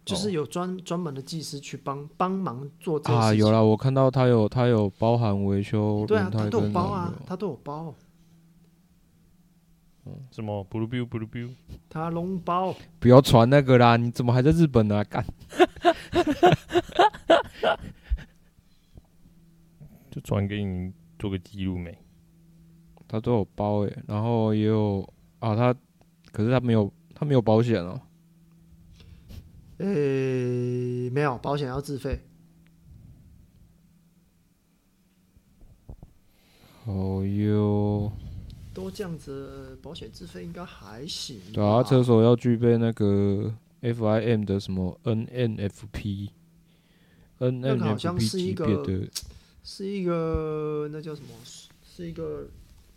Speaker 3: 就是有专专门的技师去帮帮忙做这
Speaker 2: 啊，
Speaker 3: 些事
Speaker 2: 有
Speaker 3: 情。
Speaker 2: 啦，我看到他有他有包含维修
Speaker 3: 对啊
Speaker 2: 轮，
Speaker 3: 他
Speaker 2: 胎
Speaker 3: 都有
Speaker 2: 跟
Speaker 3: 包
Speaker 2: 燃
Speaker 3: 啊
Speaker 2: 油，
Speaker 3: 他都有包，
Speaker 4: 什么 Blue Bill Blue Bill，
Speaker 3: 他拢包。
Speaker 2: 不要传那个啦！你怎么还在日本呢、啊？干，
Speaker 4: 就传给你做个记录没？
Speaker 2: 他都有包诶、然后也有啊，他可是他没有他没有保险哦、
Speaker 3: 呃、没有保险要自费，
Speaker 2: 哦哟，
Speaker 3: 都这样子，呃保险自费应该还行吧。
Speaker 2: 对啊，车手要具备那个 FIM 的什么 NNFP。
Speaker 3: 那个好像
Speaker 2: NNFP
Speaker 3: 是
Speaker 2: 级
Speaker 3: 一
Speaker 2: 别
Speaker 3: 个
Speaker 2: 的
Speaker 3: 是一个那叫什么？是一个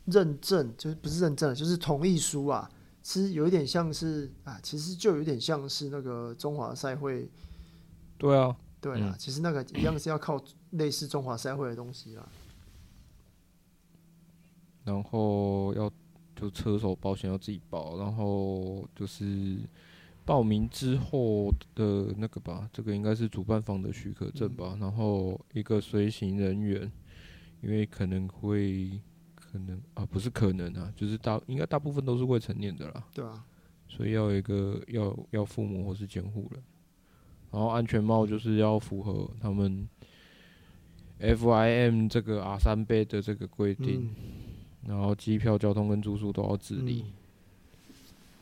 Speaker 3: 认证，就是不是认证，就是同意书啊。是有一点像是啊，其实就有点像是那个中华赛会，
Speaker 2: 对啊，
Speaker 3: 对啦，
Speaker 2: 嗯
Speaker 3: 其实那个一样是要靠类似中华赛会的东西啦。
Speaker 2: 然后要就车手保险要自己保，然后就是报名之后的那个吧，这个应该是主办方的许可证吧，
Speaker 3: 嗯
Speaker 2: 然后一个随行人员，因为可能会可能啊不是可能啊，就是大应该大部分都是未成年的啦，
Speaker 3: 对啊，
Speaker 2: 所以要有一个要要父母或是监护人，然后安全帽就是要符合他们 FIM 这个 R 三杯的这个规定，
Speaker 3: 嗯，
Speaker 2: 然后机票、交通跟住宿都要自理，
Speaker 3: 嗯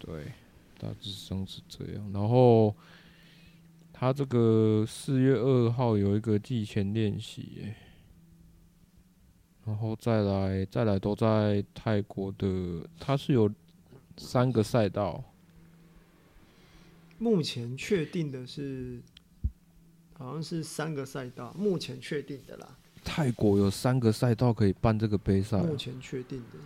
Speaker 2: 对，大致上是这样。然后他这个四月二号有一个季前练习耶，然后再来再来都在泰国的，他是有三个赛道，
Speaker 3: 目前确定的是，好像是三个赛道，目前确定的啦，
Speaker 2: 泰国有三个赛道可以办这个杯赛啊、
Speaker 3: 目前确定的，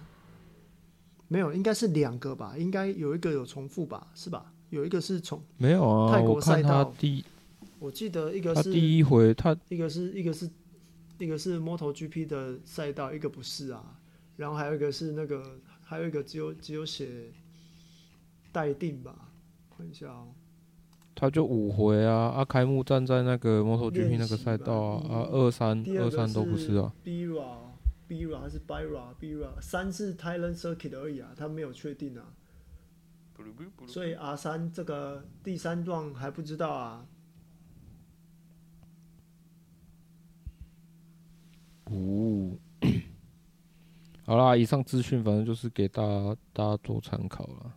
Speaker 3: 没有，应该是两个吧，应该有一个有重复吧，是吧？有一个是重，
Speaker 2: 没有啊，
Speaker 3: 泰国
Speaker 2: 我看
Speaker 3: 赛
Speaker 2: 他
Speaker 3: 道
Speaker 2: 第
Speaker 3: 我记得一个
Speaker 2: 他
Speaker 3: 是
Speaker 2: 第一回他
Speaker 3: 一个是一个是一个是 MotoGP 的赛道，一个不是啊。然后还有一个是那个，还有一个只有只有写待定吧，看一下哦。
Speaker 2: 他就五回啊，啊开幕站在那个 MotoGP 那个赛道
Speaker 3: 练习
Speaker 2: 啊，
Speaker 3: 吧
Speaker 2: 啊二三
Speaker 3: 第二
Speaker 2: 二
Speaker 3: 个
Speaker 2: 三
Speaker 3: 是
Speaker 2: 都不是啊，
Speaker 3: Bira Bira 还是 Bira Bira 三是 Thailand Circuit 而已啊，他没有确定啊。所以 R 三这个第三段还不知道啊，
Speaker 2: 五、哦 好啦，以上资讯反正就是给大家大家做参考了，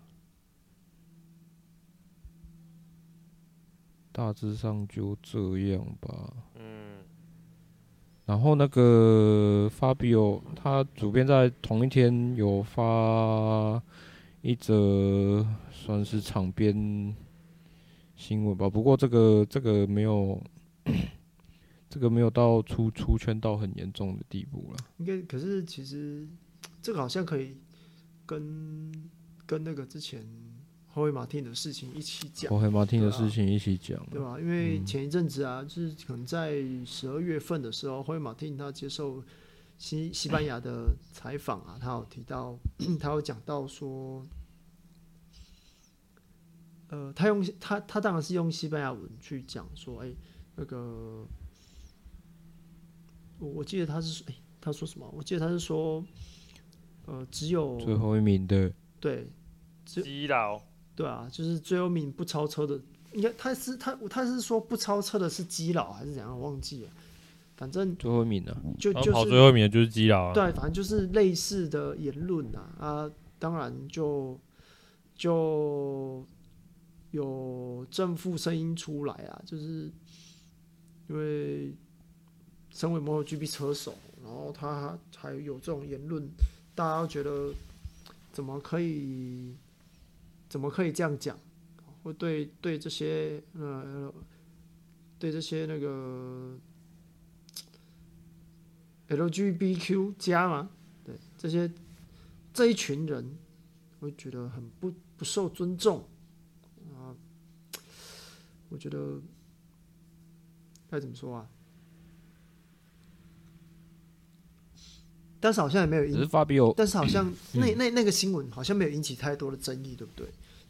Speaker 2: 大致上就这样吧。
Speaker 4: 嗯，
Speaker 2: 然后那个 Fabio 他主编在同一天有发一则算是场边新闻吧，不过这个这个没有这个没有到出出圈到很严重的地步了。
Speaker 3: 应该可是其实这个好像可以跟跟那个之前后卫马汀的事情一起讲。
Speaker 2: 我和马汀的
Speaker 3: 对啊
Speaker 2: 事情一起讲
Speaker 3: 对
Speaker 2: 了，
Speaker 3: 吧？因为前一阵子啊，就是可能在十二月份的时候，霍伊马汀他接受西西班牙的采访啊，他有提到， 他有讲到说，呃，他用他他当然是用西班牙文去讲说，哎、那个，我我记得他是哎、他说什么？我记得他是说，呃，只有
Speaker 2: 最后一名的
Speaker 3: 对
Speaker 4: 基佬，
Speaker 3: 对啊，就是最后一名不超车的，应该他是他他是说不超车的是基佬还是怎样，忘记了。反正
Speaker 2: 最后一名啊，
Speaker 3: 就
Speaker 4: 然
Speaker 3: 就
Speaker 4: 后跑
Speaker 3: 是
Speaker 4: 最后一名的就是基佬啊。
Speaker 3: 对，反正就是类似的言论啊啊，当然就就有正负声音出来啊，就是因为身为 MotoGP 车手，然后他还有这种言论，大家都觉得怎么可以怎么可以这样讲？会对对这些呃对这些那个 LGBTQ 加嘛，对这些这一群人，我觉得很不不受尊重啊、我觉得该怎么说啊？但是好像也没有
Speaker 2: 只
Speaker 3: 影
Speaker 2: 是 Fabio
Speaker 3: 但是好像那那那个新闻好像没有引起太多的争议，对不对？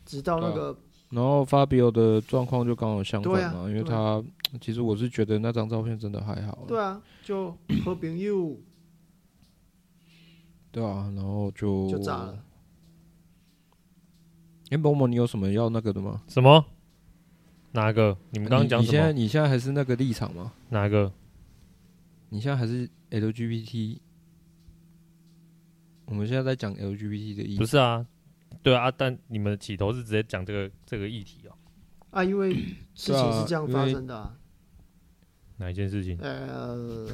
Speaker 3: 直到那个
Speaker 2: 然后 Fabio 的状况就刚好相反
Speaker 3: 对
Speaker 2: 嘛，
Speaker 3: 啊
Speaker 2: 因为
Speaker 3: 对
Speaker 2: 他其实我是觉得那张照片真的还好，
Speaker 3: 对啊，就和平又
Speaker 2: 对啊，然后就
Speaker 3: 就炸了。
Speaker 2: 哎，某某，你有什么要那个的吗？
Speaker 4: 什么？哪个？你们刚刚
Speaker 2: 你
Speaker 4: 讲
Speaker 2: 你
Speaker 4: 什
Speaker 2: 现在
Speaker 4: 么？
Speaker 2: 你现在还是那个立场吗？
Speaker 4: 哪个？
Speaker 2: 你现在还是 LGBT？我们现在在讲 LGBT 的议
Speaker 4: 不
Speaker 2: 题，
Speaker 4: 是啊，对啊，但你们的起头是直接讲这个这个议题哦，
Speaker 3: 啊，因为
Speaker 2: 对
Speaker 3: 事情
Speaker 2: 啊
Speaker 3: 是这样
Speaker 2: 因
Speaker 3: 发
Speaker 2: 为
Speaker 3: 生的、啊，
Speaker 4: 哪一件事情？
Speaker 3: 呃，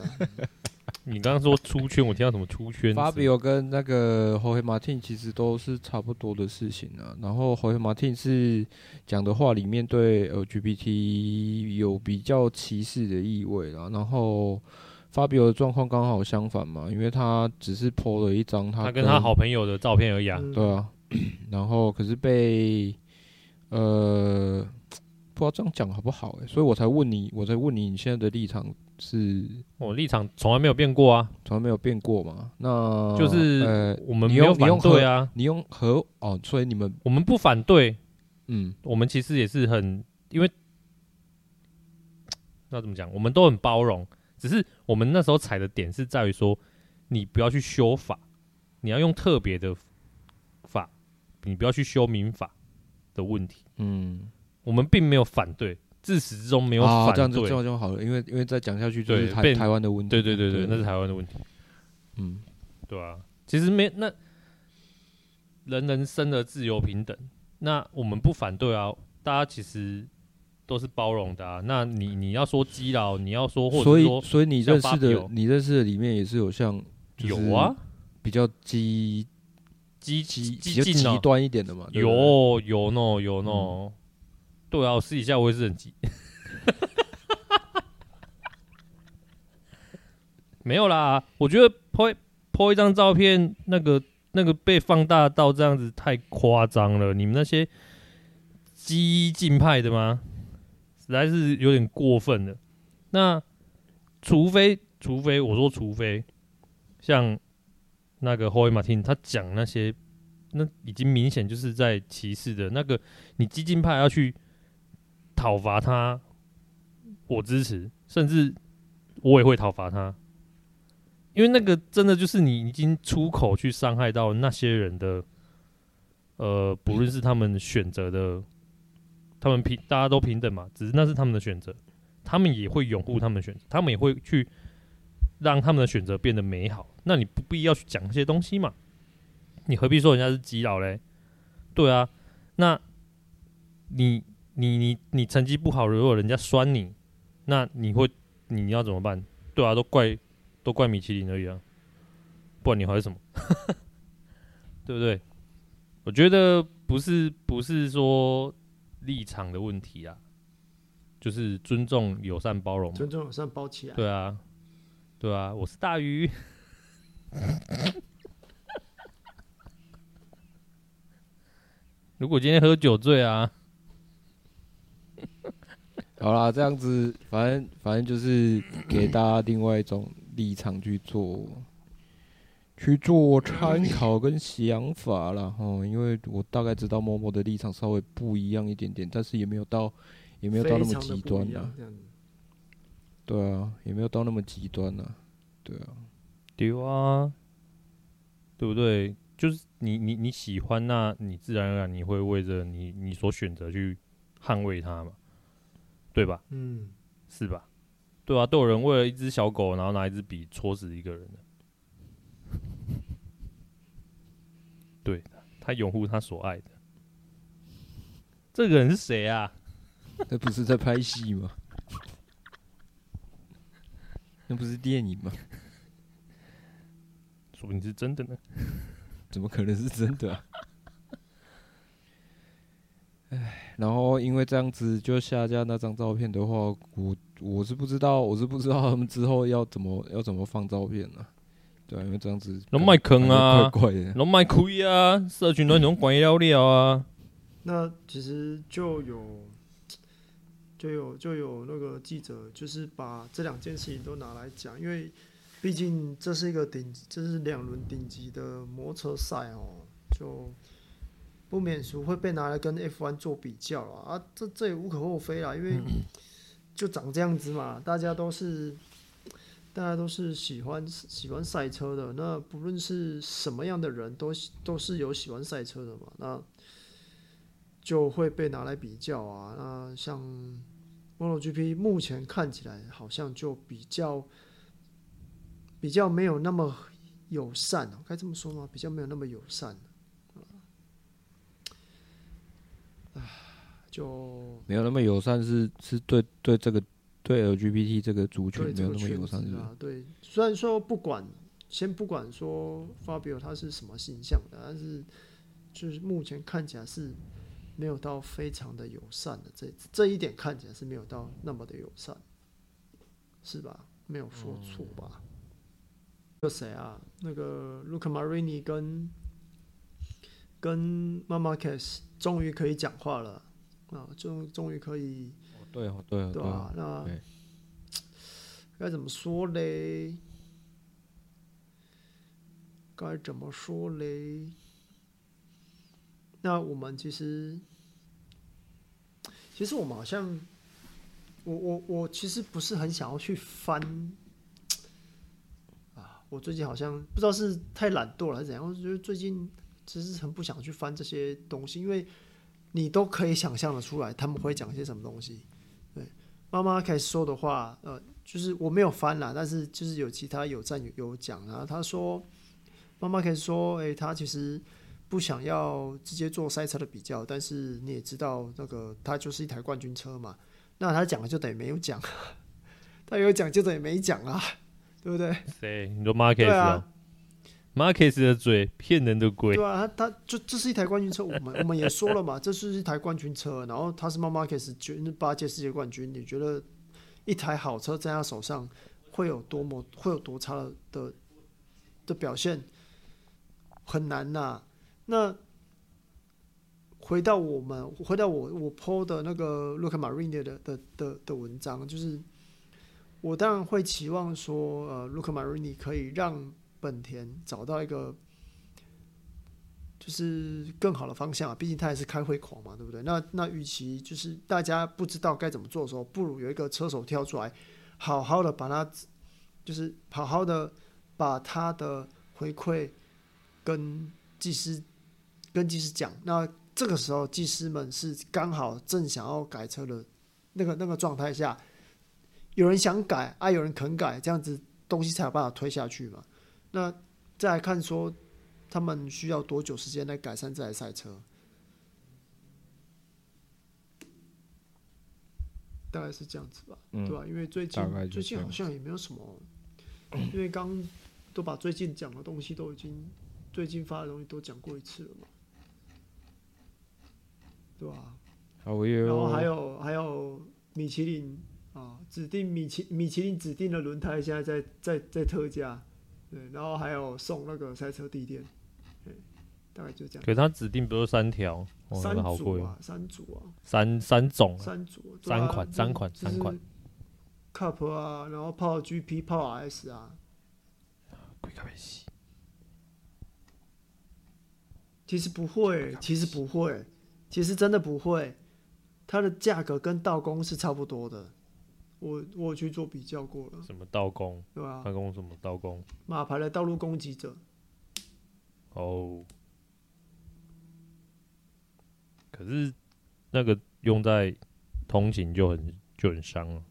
Speaker 4: 你刚刚说出圈，我听到什么出圈字？
Speaker 2: Fabio 跟那个 Jorge Martin 其实都是差不多的事情啊。然后 Jorge Martin 是讲的话里面对 LGBT 有比较歧视的意味啦。然后 Fabio 的状况刚好相反嘛，因为他只是 PO 了一张
Speaker 4: 他跟
Speaker 2: 跟
Speaker 4: 他好朋友的照片而已啊。
Speaker 3: 嗯
Speaker 2: 对啊，然后可是被呃不知道这样讲好不好、欸、所以我才问你，我才问你，你现在的立场是
Speaker 4: 我立场从来没有变过啊，
Speaker 2: 从来没有变过嘛？那
Speaker 4: 就是
Speaker 2: 呃，
Speaker 4: 我们
Speaker 2: 你
Speaker 4: 没
Speaker 2: 用
Speaker 4: 有
Speaker 2: 你用
Speaker 4: 反对啊，
Speaker 2: 你用和哦，所以你们
Speaker 4: 我们不反对，
Speaker 2: 嗯
Speaker 4: 我们其实也是很，因为那怎么讲，我们都很包容，只是我们那时候踩的点是在于说，你不要去修法，你要用特别的法，你不要去修民法的问题。
Speaker 2: 嗯，
Speaker 4: 我们并没有反对，自始至终没有
Speaker 2: 啊
Speaker 4: 反
Speaker 2: 这样子
Speaker 4: 对。
Speaker 2: 这样就好了，因为因为再讲下去就是
Speaker 4: 对
Speaker 2: 台
Speaker 4: 被
Speaker 2: 台湾的问题，
Speaker 4: 对对对对，
Speaker 2: 对
Speaker 4: 那是台湾的问题，
Speaker 2: 嗯
Speaker 4: 对啊，其实没那人人生而自由平等，那我们不反对啊，大家其实都是包容的啊。那你你要说基佬，你要说或者
Speaker 2: 所
Speaker 4: 是
Speaker 2: 以
Speaker 4: 说
Speaker 2: 所以你
Speaker 4: 像
Speaker 2: 认识的
Speaker 4: Fabio
Speaker 2: 你认识的里面也是有像就是
Speaker 4: 有啊，
Speaker 2: 比较激
Speaker 4: 激
Speaker 2: 激比
Speaker 4: 激
Speaker 2: 较
Speaker 4: 进
Speaker 2: 极
Speaker 4: 哦，
Speaker 2: 端一点的嘛，对不对嗯
Speaker 4: 有有 no 有 no，对啊，我私底下我也是很激， 没有啦，我觉得 po po 一张照片，那个那个被放大到这样子太夸张了，你们那些激进派的吗？实在是有点过分了。那除非除非我说除非像那个 Hoy Martin 他讲那些那已经明显就是在歧视的那个，你激进派要去讨伐他，我支持，甚至我也会讨伐他，因为那个真的就是你已经出口去伤害到那些人的，呃，不论是他们选择的，他们平大家都平等嘛，只是那是他们的选择，他们也会拥护他们的选择，他们也会去让他们的选择变得美好，那你不必要去讲这些东西嘛。你何必说人家是基佬嘞？对啊，那你你你你成绩不好，如果人家酸你，那你会你你要怎么办？对啊，都怪都怪米其林而已啊，不然你还是什么？ 对不对？我觉得不是不是说立场的问题啊，就是尊重、友善、包容嘛。
Speaker 3: 尊重友善包起来。
Speaker 4: 对啊，对啊，我是大鱼。如果今天喝酒醉啊，
Speaker 2: 好啦，这样子，反正反正就是给大家另外一种立场去做，去做参考跟想法啦。哦，因为我大概知道某某的立场稍微不一样一点点，但是也没有到也没有到那么极端
Speaker 3: 的
Speaker 2: 啊。。对啊，也没有到那么极端啊。对啊，
Speaker 4: 对啊，对不对？就是你你你喜欢，那你自然而然你会为着你你所选择去捍卫它嘛，对吧？
Speaker 3: 嗯，
Speaker 4: 是吧？对啊，都有人为了一只小狗，然后拿一支笔戳死一个人 了。对，他拥护他所爱的。这个人是谁啊？
Speaker 2: 那不是在拍戏吗？ 那不是电影吗？
Speaker 4: 说不定是真的呢。
Speaker 2: 怎么可能是真的、啊？ 唉，然后因为这样子就下架那张照片的话，我我是不知道，我是不知道他们之后要怎么要怎么放照片呢、啊？对啊，因为这样子
Speaker 4: 龙脉坑啊
Speaker 2: 感觉怪怪的。
Speaker 4: 龙卖亏啊，社群软体管一了了啊。
Speaker 3: 那其实就有就有就有那个记者，就是把这两件事情都拿来讲，因为毕竟这是一个顶，这是两轮顶级的摩托车赛哦，就不免俗会被拿来跟 F1 做比较了啊，这这也无可厚非啦，因为就长这样子嘛，大家都是。大家都是喜欢喜欢赛车的，那不论是什么样的人都喜都是有喜欢赛车的嘛。那就会被拿来比较啊。那像 MotoGP 目前看起来好像就比较比较没有那么友善哦，该这么说吗？比较没有那么友善。啊，就
Speaker 2: 没有那么友善是是对对这个对 LGBT 这个族群
Speaker 3: 对
Speaker 2: 没
Speaker 3: 这
Speaker 2: 有
Speaker 3: 个
Speaker 2: 那么
Speaker 3: 圈
Speaker 2: 友
Speaker 3: 子
Speaker 2: 善是不是
Speaker 3: 啊，对，虽然说不管先不管说 Fabio 他是什么形象的，但是就是目前看起来是没有到非常的友善的，这这一点看起来是没有到那么的友善，是吧？没有说错
Speaker 2: 嗯
Speaker 3: 吧？那个谁啊，那个 Luca Marini 跟跟 Mama c a s 终于可以讲话了啊，终终于可以。
Speaker 2: 哦对哦对哦
Speaker 3: 对啊
Speaker 2: 对
Speaker 3: 吧、
Speaker 2: 哦
Speaker 3: 那
Speaker 2: 对
Speaker 3: 该怎么说嘞？该怎么说嘞？那我们其实，其实我们好像，我我我其实不是很想要去翻啊。我最近好像不知道是太懒惰了还是怎样，我觉得最近其实很不想去翻这些东西，因为你都可以想象的出来他们会讲些什么东西。妈妈开始说的话，呃，就是我没有翻啦，但是就是有其他有赞有有讲啊。他说，妈妈开始说，诶、他其实不想要直接做赛车的比较，但是你也知道，那个它就是一台冠军车嘛。那他讲了就等于没有讲，啊 他有讲就等于没讲啊，对不对？
Speaker 4: 谁？你说 Marcus
Speaker 3: 对
Speaker 4: 哦
Speaker 3: 啊
Speaker 4: Marcus 的嘴骗人的鬼
Speaker 3: 对，啊，他他就这是一台冠军车，我们我们也说了嘛，这是一台冠军车，然后他是 m a r q u e z 全八届世界冠军，你觉得一台好车在他手上会有多么会有多差的的的表现，很难呐、那回到我们，回到我我 PO 的那个 Look at Marine 的的的的文章，就是我当然会期望说，呃，Look at Marine 可以让本田找到一个就是更好的方向啊，毕竟他也是开会狂嘛，对不对？那那与其就是大家不知道该怎么做的时候，不如有一个车手跳出来，好好的把他，就是好好的把他的回馈跟技师跟技师讲。那这个时候技师们是刚好正想要改车的那个那个状态下，有人想改啊，有人肯改，这样子东西才有办法推下去嘛。那再来看说他们需要多久时间来改善这台赛车？大概是这样子吧，
Speaker 2: 嗯
Speaker 3: 对吧？因为最近
Speaker 2: 大概就
Speaker 3: 最近
Speaker 2: 这
Speaker 3: 好
Speaker 2: 样
Speaker 3: 像也没有什么，因为刚都把最近讲的东西都已经最近发的东西都讲过一次了嘛，对吧、
Speaker 2: 好哟。
Speaker 3: 然后还有还有米其林啊，指定米其米其林指定的轮胎现在在在在特价，对，然后还有送那个赛车地垫，对，大概就这样。
Speaker 4: 可是他指定不是三条，哦，那
Speaker 3: 三
Speaker 4: 个好
Speaker 3: 组
Speaker 4: 贵，
Speaker 3: 啊，三组啊，
Speaker 4: 三三种啊，
Speaker 3: 三组，对
Speaker 4: 三
Speaker 3: 啊
Speaker 4: 款
Speaker 3: 就
Speaker 4: 三款
Speaker 3: 就是
Speaker 4: 三款
Speaker 3: Cup 啊，然后泡 GP 泡 RS 啊，
Speaker 4: 贵到要死
Speaker 3: 其实不会，其实不会，其实真的不会，它的价格跟道工是差不多的，我我有去做比较过了，
Speaker 4: 什么道工，
Speaker 3: 对吧、
Speaker 4: 他跟我什么道工，
Speaker 3: 马牌的道路攻击者，
Speaker 4: 哦，可是那个用在通勤就很就很伤啊了，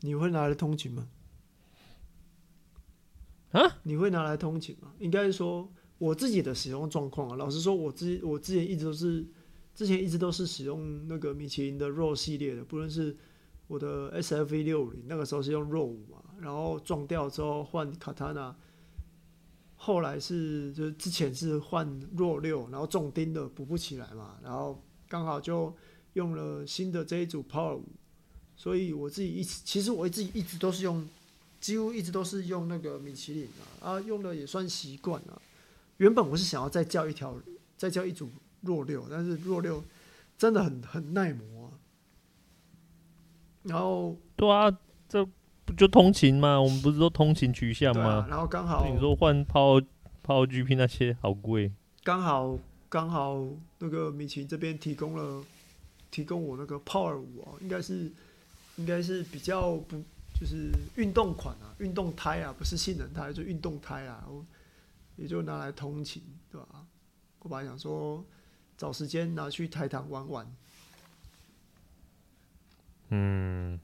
Speaker 3: 你会拿来通勤吗？
Speaker 4: 啊？
Speaker 3: 你会拿来通勤吗？应该是说我自己的使用状况啊。老实说，我之我之前一直都是，之前一直都是使用那个米其林的 RAW 系列的，不论是我的 SFV 六零，那个时候是用 RAW 五嘛，然后撞掉之后换 Katana，后来是就是之前是换 RAW 六，然后重钉的补不起来嘛，然后刚好就用了新的这一组 Power 五。所以我自己一直，其实我自己一直都是用，几乎一直都是用那个米其林啊，啊，用的也算习惯了、原本我是想要再叫一条，再叫一组弱六，但是弱六真的很很耐磨、啊。然后
Speaker 4: 对啊，这不就通勤吗？我们不是都通勤取向
Speaker 3: 对啊
Speaker 4: 吗？，
Speaker 3: 然后刚好
Speaker 4: 你说换泡泡 GP 那些好贵，
Speaker 3: 刚好刚好那个米其林这边提供了提供我那个 Power 五哦，应该是应该是比较不就是运动款啊，运动胎啊，不是性能胎，就运动胎啊，我也就拿来通勤，对吧、我本来想说找时间拿去台糖玩玩，
Speaker 4: 嗯，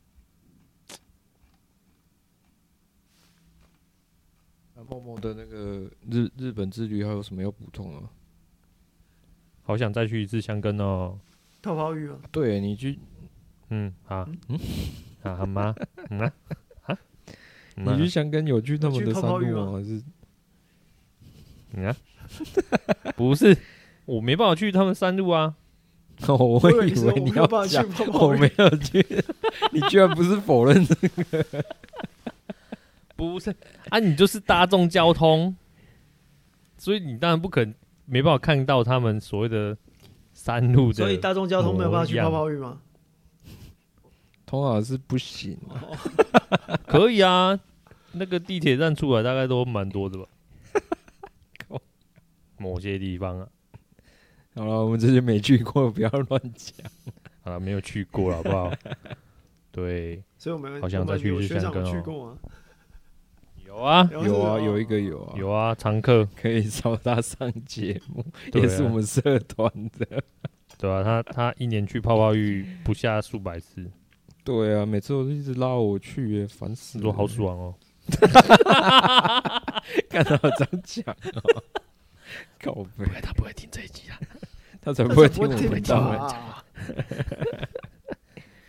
Speaker 2: 那啊默默的那个日日本之旅还有什么要补充啊的吗？
Speaker 4: 好想再去一次香根哦。
Speaker 3: 泡泡浴嘛，
Speaker 2: 对你去
Speaker 4: 嗯，好，嗯，啊好吗？嗯啊，啊，嗯
Speaker 2: 你
Speaker 4: 啊
Speaker 2: 去香根有去他们的山
Speaker 3: 我去
Speaker 2: 路
Speaker 3: 泡泡浴吗
Speaker 2: 还是
Speaker 4: 嗯啊，不是，我没办法去他们山路啊。
Speaker 2: 哦， 我
Speaker 3: 以为
Speaker 2: 以
Speaker 3: 是
Speaker 2: 为
Speaker 3: 我
Speaker 2: 你
Speaker 3: 没
Speaker 2: 要
Speaker 3: 有办法
Speaker 2: 讲
Speaker 3: 去泡，泡
Speaker 2: 我
Speaker 3: 浴
Speaker 2: 没有去， 你居然不是否认这个？
Speaker 4: 不是啊，你就是大众交通，所以你当然不可能没办法看到他们所谓的山路的。
Speaker 3: 所以大众交通没有办法去
Speaker 4: 模样
Speaker 3: 泡泡浴吗？
Speaker 2: 通常是不行啊，
Speaker 4: 可以啊，那个地铁站出来大概都蛮多 的吧
Speaker 2: 靠。
Speaker 4: 某些地方啊，
Speaker 2: 好了，我们这些没去过，不要乱讲。
Speaker 4: 好了，没有去过了，好不好？对，
Speaker 3: 所以我们
Speaker 4: 好想
Speaker 3: 我们
Speaker 4: 再去
Speaker 3: 有
Speaker 4: 去
Speaker 3: 学
Speaker 4: 香
Speaker 3: 长
Speaker 4: 根哦
Speaker 3: 去过啊，
Speaker 4: 有啊，
Speaker 2: 有啊，有一个有啊，
Speaker 4: 有啊，常客，
Speaker 2: 可以找他上节目，
Speaker 4: 对啊
Speaker 2: 也是我们社团的。
Speaker 4: 对啊，他他一年去泡泡浴不下数百次，
Speaker 2: 对啊，每次都一直拉我去耶，烦死
Speaker 4: 你
Speaker 2: 了。
Speaker 4: 说好爽哦，
Speaker 2: 干他这样讲、哦，搞不
Speaker 4: 不会，他不会听这一集啊。
Speaker 2: 他才
Speaker 3: 他
Speaker 2: 不会
Speaker 3: 才不
Speaker 2: 听我
Speaker 3: 会听
Speaker 2: 们
Speaker 4: 到
Speaker 2: 讲
Speaker 4: 欸
Speaker 3: 吧？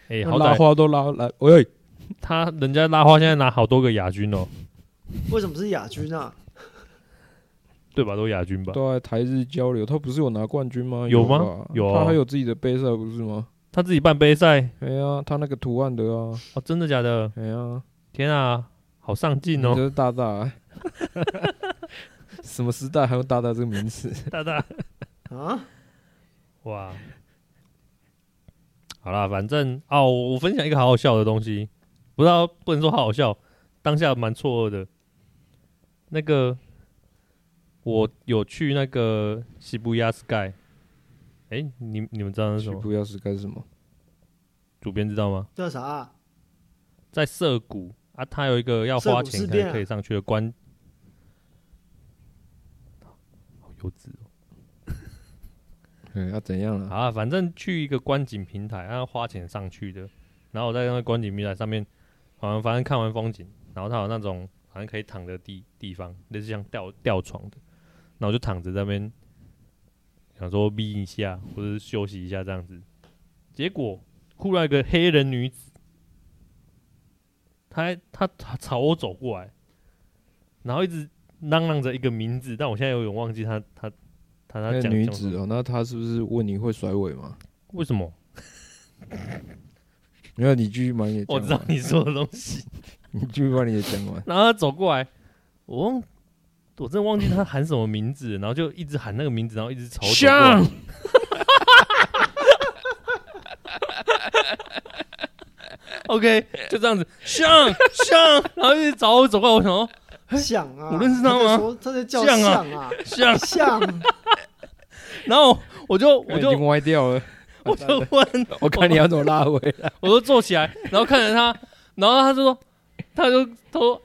Speaker 4: 哎、好
Speaker 2: 拉
Speaker 4: 歹
Speaker 2: 花都拉来，喂，
Speaker 4: 他人家拉花现在拿好多个亚军哦，
Speaker 3: 为什么是亚军啊？
Speaker 4: 对吧？都亚军吧？
Speaker 2: 都在台日交流，他不是有拿冠军吗？
Speaker 4: 有吗
Speaker 2: 吧
Speaker 4: 有啊
Speaker 2: 他还有自己的杯赛不是吗？
Speaker 4: 他自己办杯赛
Speaker 2: 哎呀，他那个图案的啊，
Speaker 4: 哦，真的假的？
Speaker 2: 哎呀，
Speaker 4: 天啊，好上
Speaker 2: 你
Speaker 4: 进哦，
Speaker 3: 嗯
Speaker 2: 这是大大 啊，什么时代还用大大这个名词？
Speaker 4: 大大
Speaker 3: 啊，
Speaker 4: 哇！好啦，反正哦，我我分享一个好好笑的东西，不知道不能说好好笑，当下蛮错愕的。那个我有去那个西布亚 Sky，哎、诶你你们知道那是什
Speaker 2: 去
Speaker 4: 么？
Speaker 2: 不要是干什么？
Speaker 4: 主编知道吗？
Speaker 3: 这啥啊？
Speaker 4: 在涩谷啊，它有一个要花钱
Speaker 3: 涩谷事变
Speaker 4: 才
Speaker 3: 啊
Speaker 4: 可以上去的观，好幼稚哦。
Speaker 2: 嗯，要怎样
Speaker 4: 好
Speaker 2: 啊？
Speaker 4: 啊，反正去一个观景平台，然后花钱上去的。然后我在那个观景平台上面，好像反正看完风景，然后它有那种好像可以躺的地地方，类似像吊吊床的。然后我就躺着在那边，想说眯一下或者是休息一下这样子。结果忽然一个黑人女子，她她她朝我走过来，然后一直嚷嚷着一个名字，但我现在有点忘记她她她她
Speaker 2: 那个
Speaker 4: 讲
Speaker 2: 女
Speaker 4: 讲什么
Speaker 2: 子哦，那她是不是问你会甩尾吗？
Speaker 4: 为什么？
Speaker 2: 没有，你继续把你的
Speaker 4: 我
Speaker 2: 讲
Speaker 4: 知道
Speaker 2: 完，
Speaker 4: 你说的东西。
Speaker 2: 你继续把你的讲完。
Speaker 4: 然后他走过来，我忘，我真的忘记他喊什么名字，然后就一直喊那个名字，然后一直朝我走过来
Speaker 2: 像，
Speaker 4: OK，就这样子，像像，然后一直朝我走过来，我想说
Speaker 3: 像啊，
Speaker 4: 我认识他吗
Speaker 3: 在说他在叫
Speaker 4: 像啊
Speaker 3: 像啊，
Speaker 4: 像，
Speaker 3: 像，啊
Speaker 4: 然后我就我
Speaker 2: 哎已
Speaker 4: 就
Speaker 2: 经歪掉了，
Speaker 4: 我就问，
Speaker 2: 我看你要怎么拉 回来。
Speaker 4: 我就坐起来，然后看着他，然后他就说，他就他说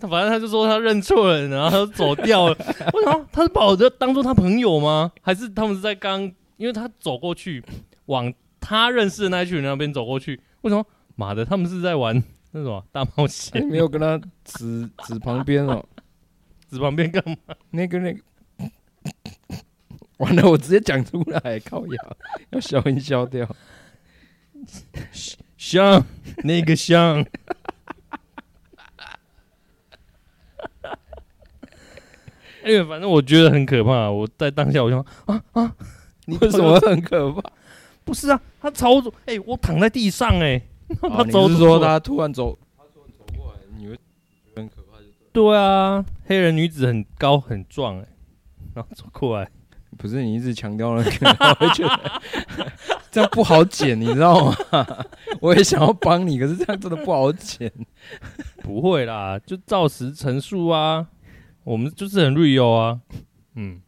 Speaker 4: 他反正他就说他认错人，然后他就走掉了。 我想说他是把我这当做他朋友吗？还是他们是在刚，因为他走过去往他认识的那一群人那边走过去，为什么？妈的，他们是在玩那什么大冒
Speaker 2: 你
Speaker 4: 险？
Speaker 2: 没有跟她指指旁边哦，
Speaker 4: 指旁边干嘛？
Speaker 2: 那个那个， 完了，我直接讲出来，靠呀，要消音消掉。
Speaker 4: 香，那个香。 哎呀，反正我觉得很可怕。我在当下我就想啊啊，你
Speaker 2: 为什么很可怕？
Speaker 4: 不是啊？他朝我走，哎、我躺在地上、哎，
Speaker 2: 啊
Speaker 4: 他
Speaker 2: 你
Speaker 4: 走
Speaker 2: 是
Speaker 4: 走
Speaker 2: 说
Speaker 4: 过来
Speaker 2: 他突然走，他突然走过来，你会很可怕？
Speaker 4: 对啊，黑人女子很高很壮，哎，然后走过来，
Speaker 2: 不是你一直强调那个，我会觉得这样不好剪，你知道吗？ 我也想要帮你，可是这样真的不好剪。
Speaker 4: 不会啦，就照实陈述啊，我们就是很 real 啊，嗯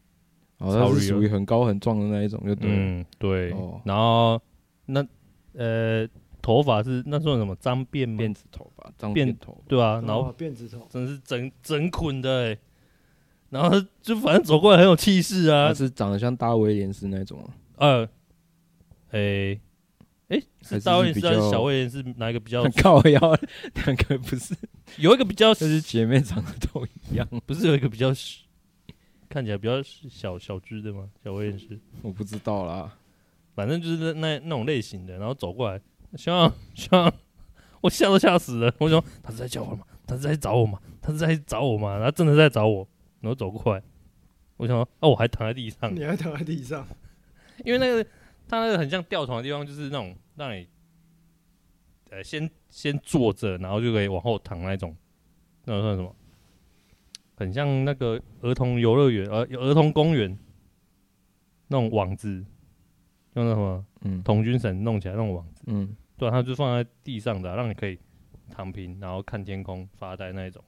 Speaker 2: 哦，他
Speaker 4: 超
Speaker 2: 是
Speaker 4: 绿
Speaker 2: 属于很高很壮的那一种，就对了。
Speaker 4: 嗯，对，
Speaker 2: 哦，
Speaker 4: 然后那呃头发是那算什么脏辫吗？
Speaker 2: 辫子头发，脏
Speaker 4: 辫
Speaker 2: 辫头，
Speaker 4: 对啊，然后
Speaker 3: 哦辫子头，
Speaker 4: 真是整整捆的、欸，然后就反正走过来很有气势啊
Speaker 2: 他，是长得像大威廉斯那种啊，
Speaker 4: 呃，诶、诶、
Speaker 2: 还
Speaker 4: 是
Speaker 2: 是
Speaker 4: 大卫
Speaker 2: 是比
Speaker 4: 是还是
Speaker 2: 较
Speaker 4: 小威廉是哪一个比较？
Speaker 2: 啊 靠腰两个不是，
Speaker 4: 有一个比较
Speaker 2: 这是姐妹长得都一样，
Speaker 4: 不是有一个比较看起来比较小小只的吗？小威廉是，
Speaker 2: 我不知道啦。
Speaker 4: 反正就是那那那种类型的，然后走过来， 像像我吓都吓死了，我想说他是在叫我吗？他是在找我吗？他是在找我吗？他真的在找我，然后走过来，我想说啊，我还躺在地上。
Speaker 3: 你还躺在地 上，
Speaker 4: 因为那个它那个很像吊床的地方，就是那种让你呃先先坐着，然后就可以往后躺那一种，那种算什么？很像那个儿童游乐园，呃，儿童公园那种网子，用那什么
Speaker 2: 嗯
Speaker 4: 童军绳弄起来那种网子，
Speaker 2: 嗯，
Speaker 4: 对、啊，它就放在地上的啊、让你可以躺平，然后看天空发呆那一种。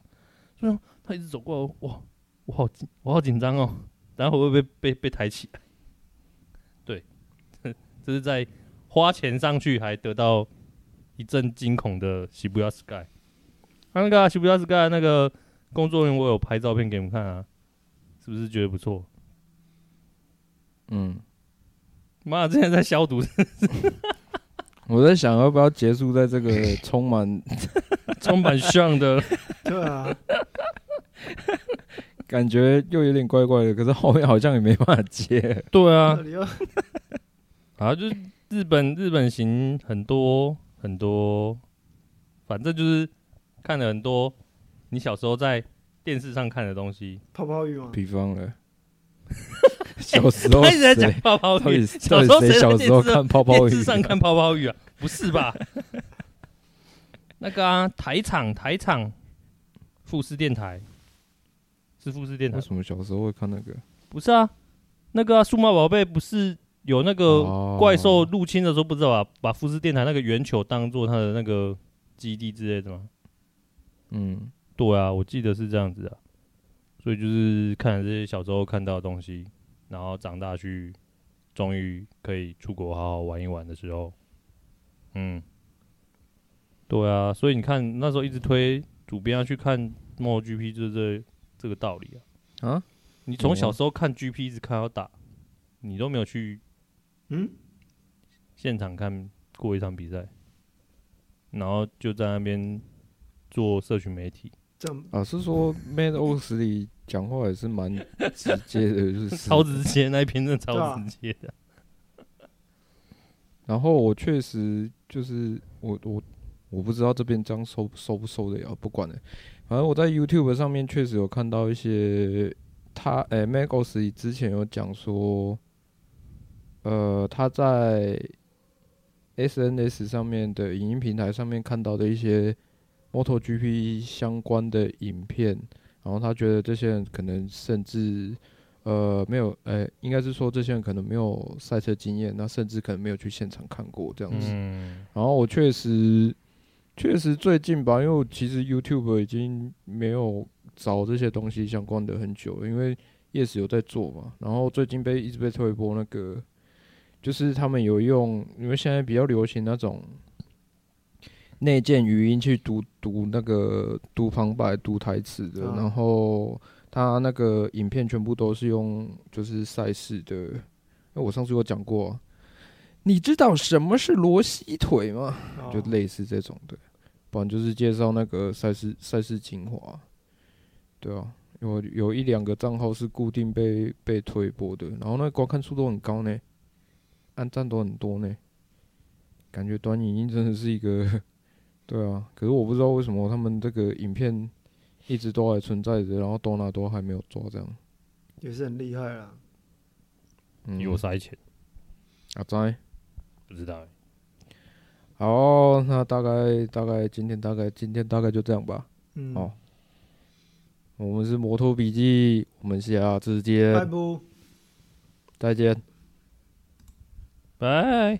Speaker 4: 所以说他一直走过来，哇，我好紧，我好紧张哦，然后会不会被被被抬起来？ 对， 这是在花钱上去还得到一阵惊恐的西布亚 sky。啊那个啊西布亚 sky 那个工作人员，我有拍照片给你们看啊，是不是觉得不错？
Speaker 2: 嗯，
Speaker 4: 妈，之前在消毒，
Speaker 2: 我在想要不要结束在这个充满
Speaker 4: 装蛮像的，
Speaker 3: 对啊，
Speaker 2: 感觉又有点怪怪的，可是后面好像也没办法接。
Speaker 4: 对啊
Speaker 3: 这，里又
Speaker 4: 啊，就是日本日本行很多很多，反正就是看了很多你小时候在电视上看的东西。
Speaker 3: 泡泡浴嘛，
Speaker 2: 比方 了，小时候
Speaker 4: 他一直在
Speaker 2: 谁
Speaker 4: 讲泡泡
Speaker 2: 到
Speaker 4: 浴
Speaker 2: 底，
Speaker 4: 小
Speaker 2: 到
Speaker 4: 时候
Speaker 2: 底
Speaker 4: 谁
Speaker 2: 谁
Speaker 4: 在
Speaker 2: 小时候
Speaker 4: 电视
Speaker 2: 看泡泡
Speaker 4: 电
Speaker 2: 浴
Speaker 4: 视上
Speaker 2: 啊？
Speaker 4: 看泡 泡浴啊？不是吧？那个啊，台场台场，富士电台是富士电台
Speaker 2: 为
Speaker 4: 吗，
Speaker 2: 什么小时候会看那个？
Speaker 4: 不是啊？那个啊，数码宝贝不是有那个
Speaker 2: 哦
Speaker 4: 怪兽入侵的时候，不知道把把富士电台那个圆球当做它的那个基地之类的吗？
Speaker 2: 嗯，
Speaker 4: 对啊，我记得是这样子啊。所以就是看了这些小时候看到的东西，然后长大去，终于可以出国好好玩一玩的时候，嗯，对啊，所以你看那时候一直推主编要去看 MotoGP，就是这这个道理啊。
Speaker 2: 啊，
Speaker 4: 你从
Speaker 2: 有
Speaker 4: 小
Speaker 2: 吗
Speaker 4: 时候看 GP 一直看到打，你都没有去
Speaker 3: 嗯，
Speaker 4: 现场看过一场比赛，然后就在那边做社群媒体，
Speaker 3: 这
Speaker 2: 老实啊说，Mad Ox 里讲话也是蛮直接的，就是
Speaker 4: 超直接，那一篇真的
Speaker 3: 对
Speaker 4: 超
Speaker 3: 啊
Speaker 4: 直接的。
Speaker 2: 然后我确实就是我我我不知道这边这样收收不收得了，不管了。反正我在 YouTube 上面确实有看到一些他诶、m a g o s 之前有讲说，呃，他在 SNS 上面的影音平台上面看到的一些 MotoGP 相关的影片，然后他觉得这些人可能甚至呃，没有，呃、应该是说这些人可能没有赛车经验，那甚至可能没有去现场看过这样子。
Speaker 4: 嗯，
Speaker 2: 然后我确实，确实最近吧，因为我其实 YouTube 已经没有找这些东西相关的很久了，因为 Yes 有在做嘛。然后最近被一直被推播那个，就是他们有用，因为现在比较流行那种内建语音去读读那个读旁白、读台词的，
Speaker 3: 啊
Speaker 2: 然后他那个影片全部都是用就是赛事的，因为我上次有讲过啊、你知道什么是罗西腿吗？
Speaker 3: 哦
Speaker 2: 就类似这种的，不然就是介绍那个赛事赛事精华，对啊，有有一两个账号是固定被被推播的，然后那观看数都很高呢，按赞都很多呢，感觉短影音真的是一个， 对啊，可是我不知道为什么他们这个影片一直都还存在着，然后多纳多还没有抓这样，
Speaker 3: 也是很厉害啦。
Speaker 2: 嗯，
Speaker 4: 有塞钱，
Speaker 2: 阿仔。
Speaker 4: 不知道欸。
Speaker 2: 好，那大概大概今天大概今天大概就这样吧。
Speaker 3: 嗯，
Speaker 4: 哦
Speaker 2: 好我们是摩托笔记，我们下次
Speaker 3: 拜
Speaker 2: 见，
Speaker 3: 不。
Speaker 2: 再见。
Speaker 4: 拜。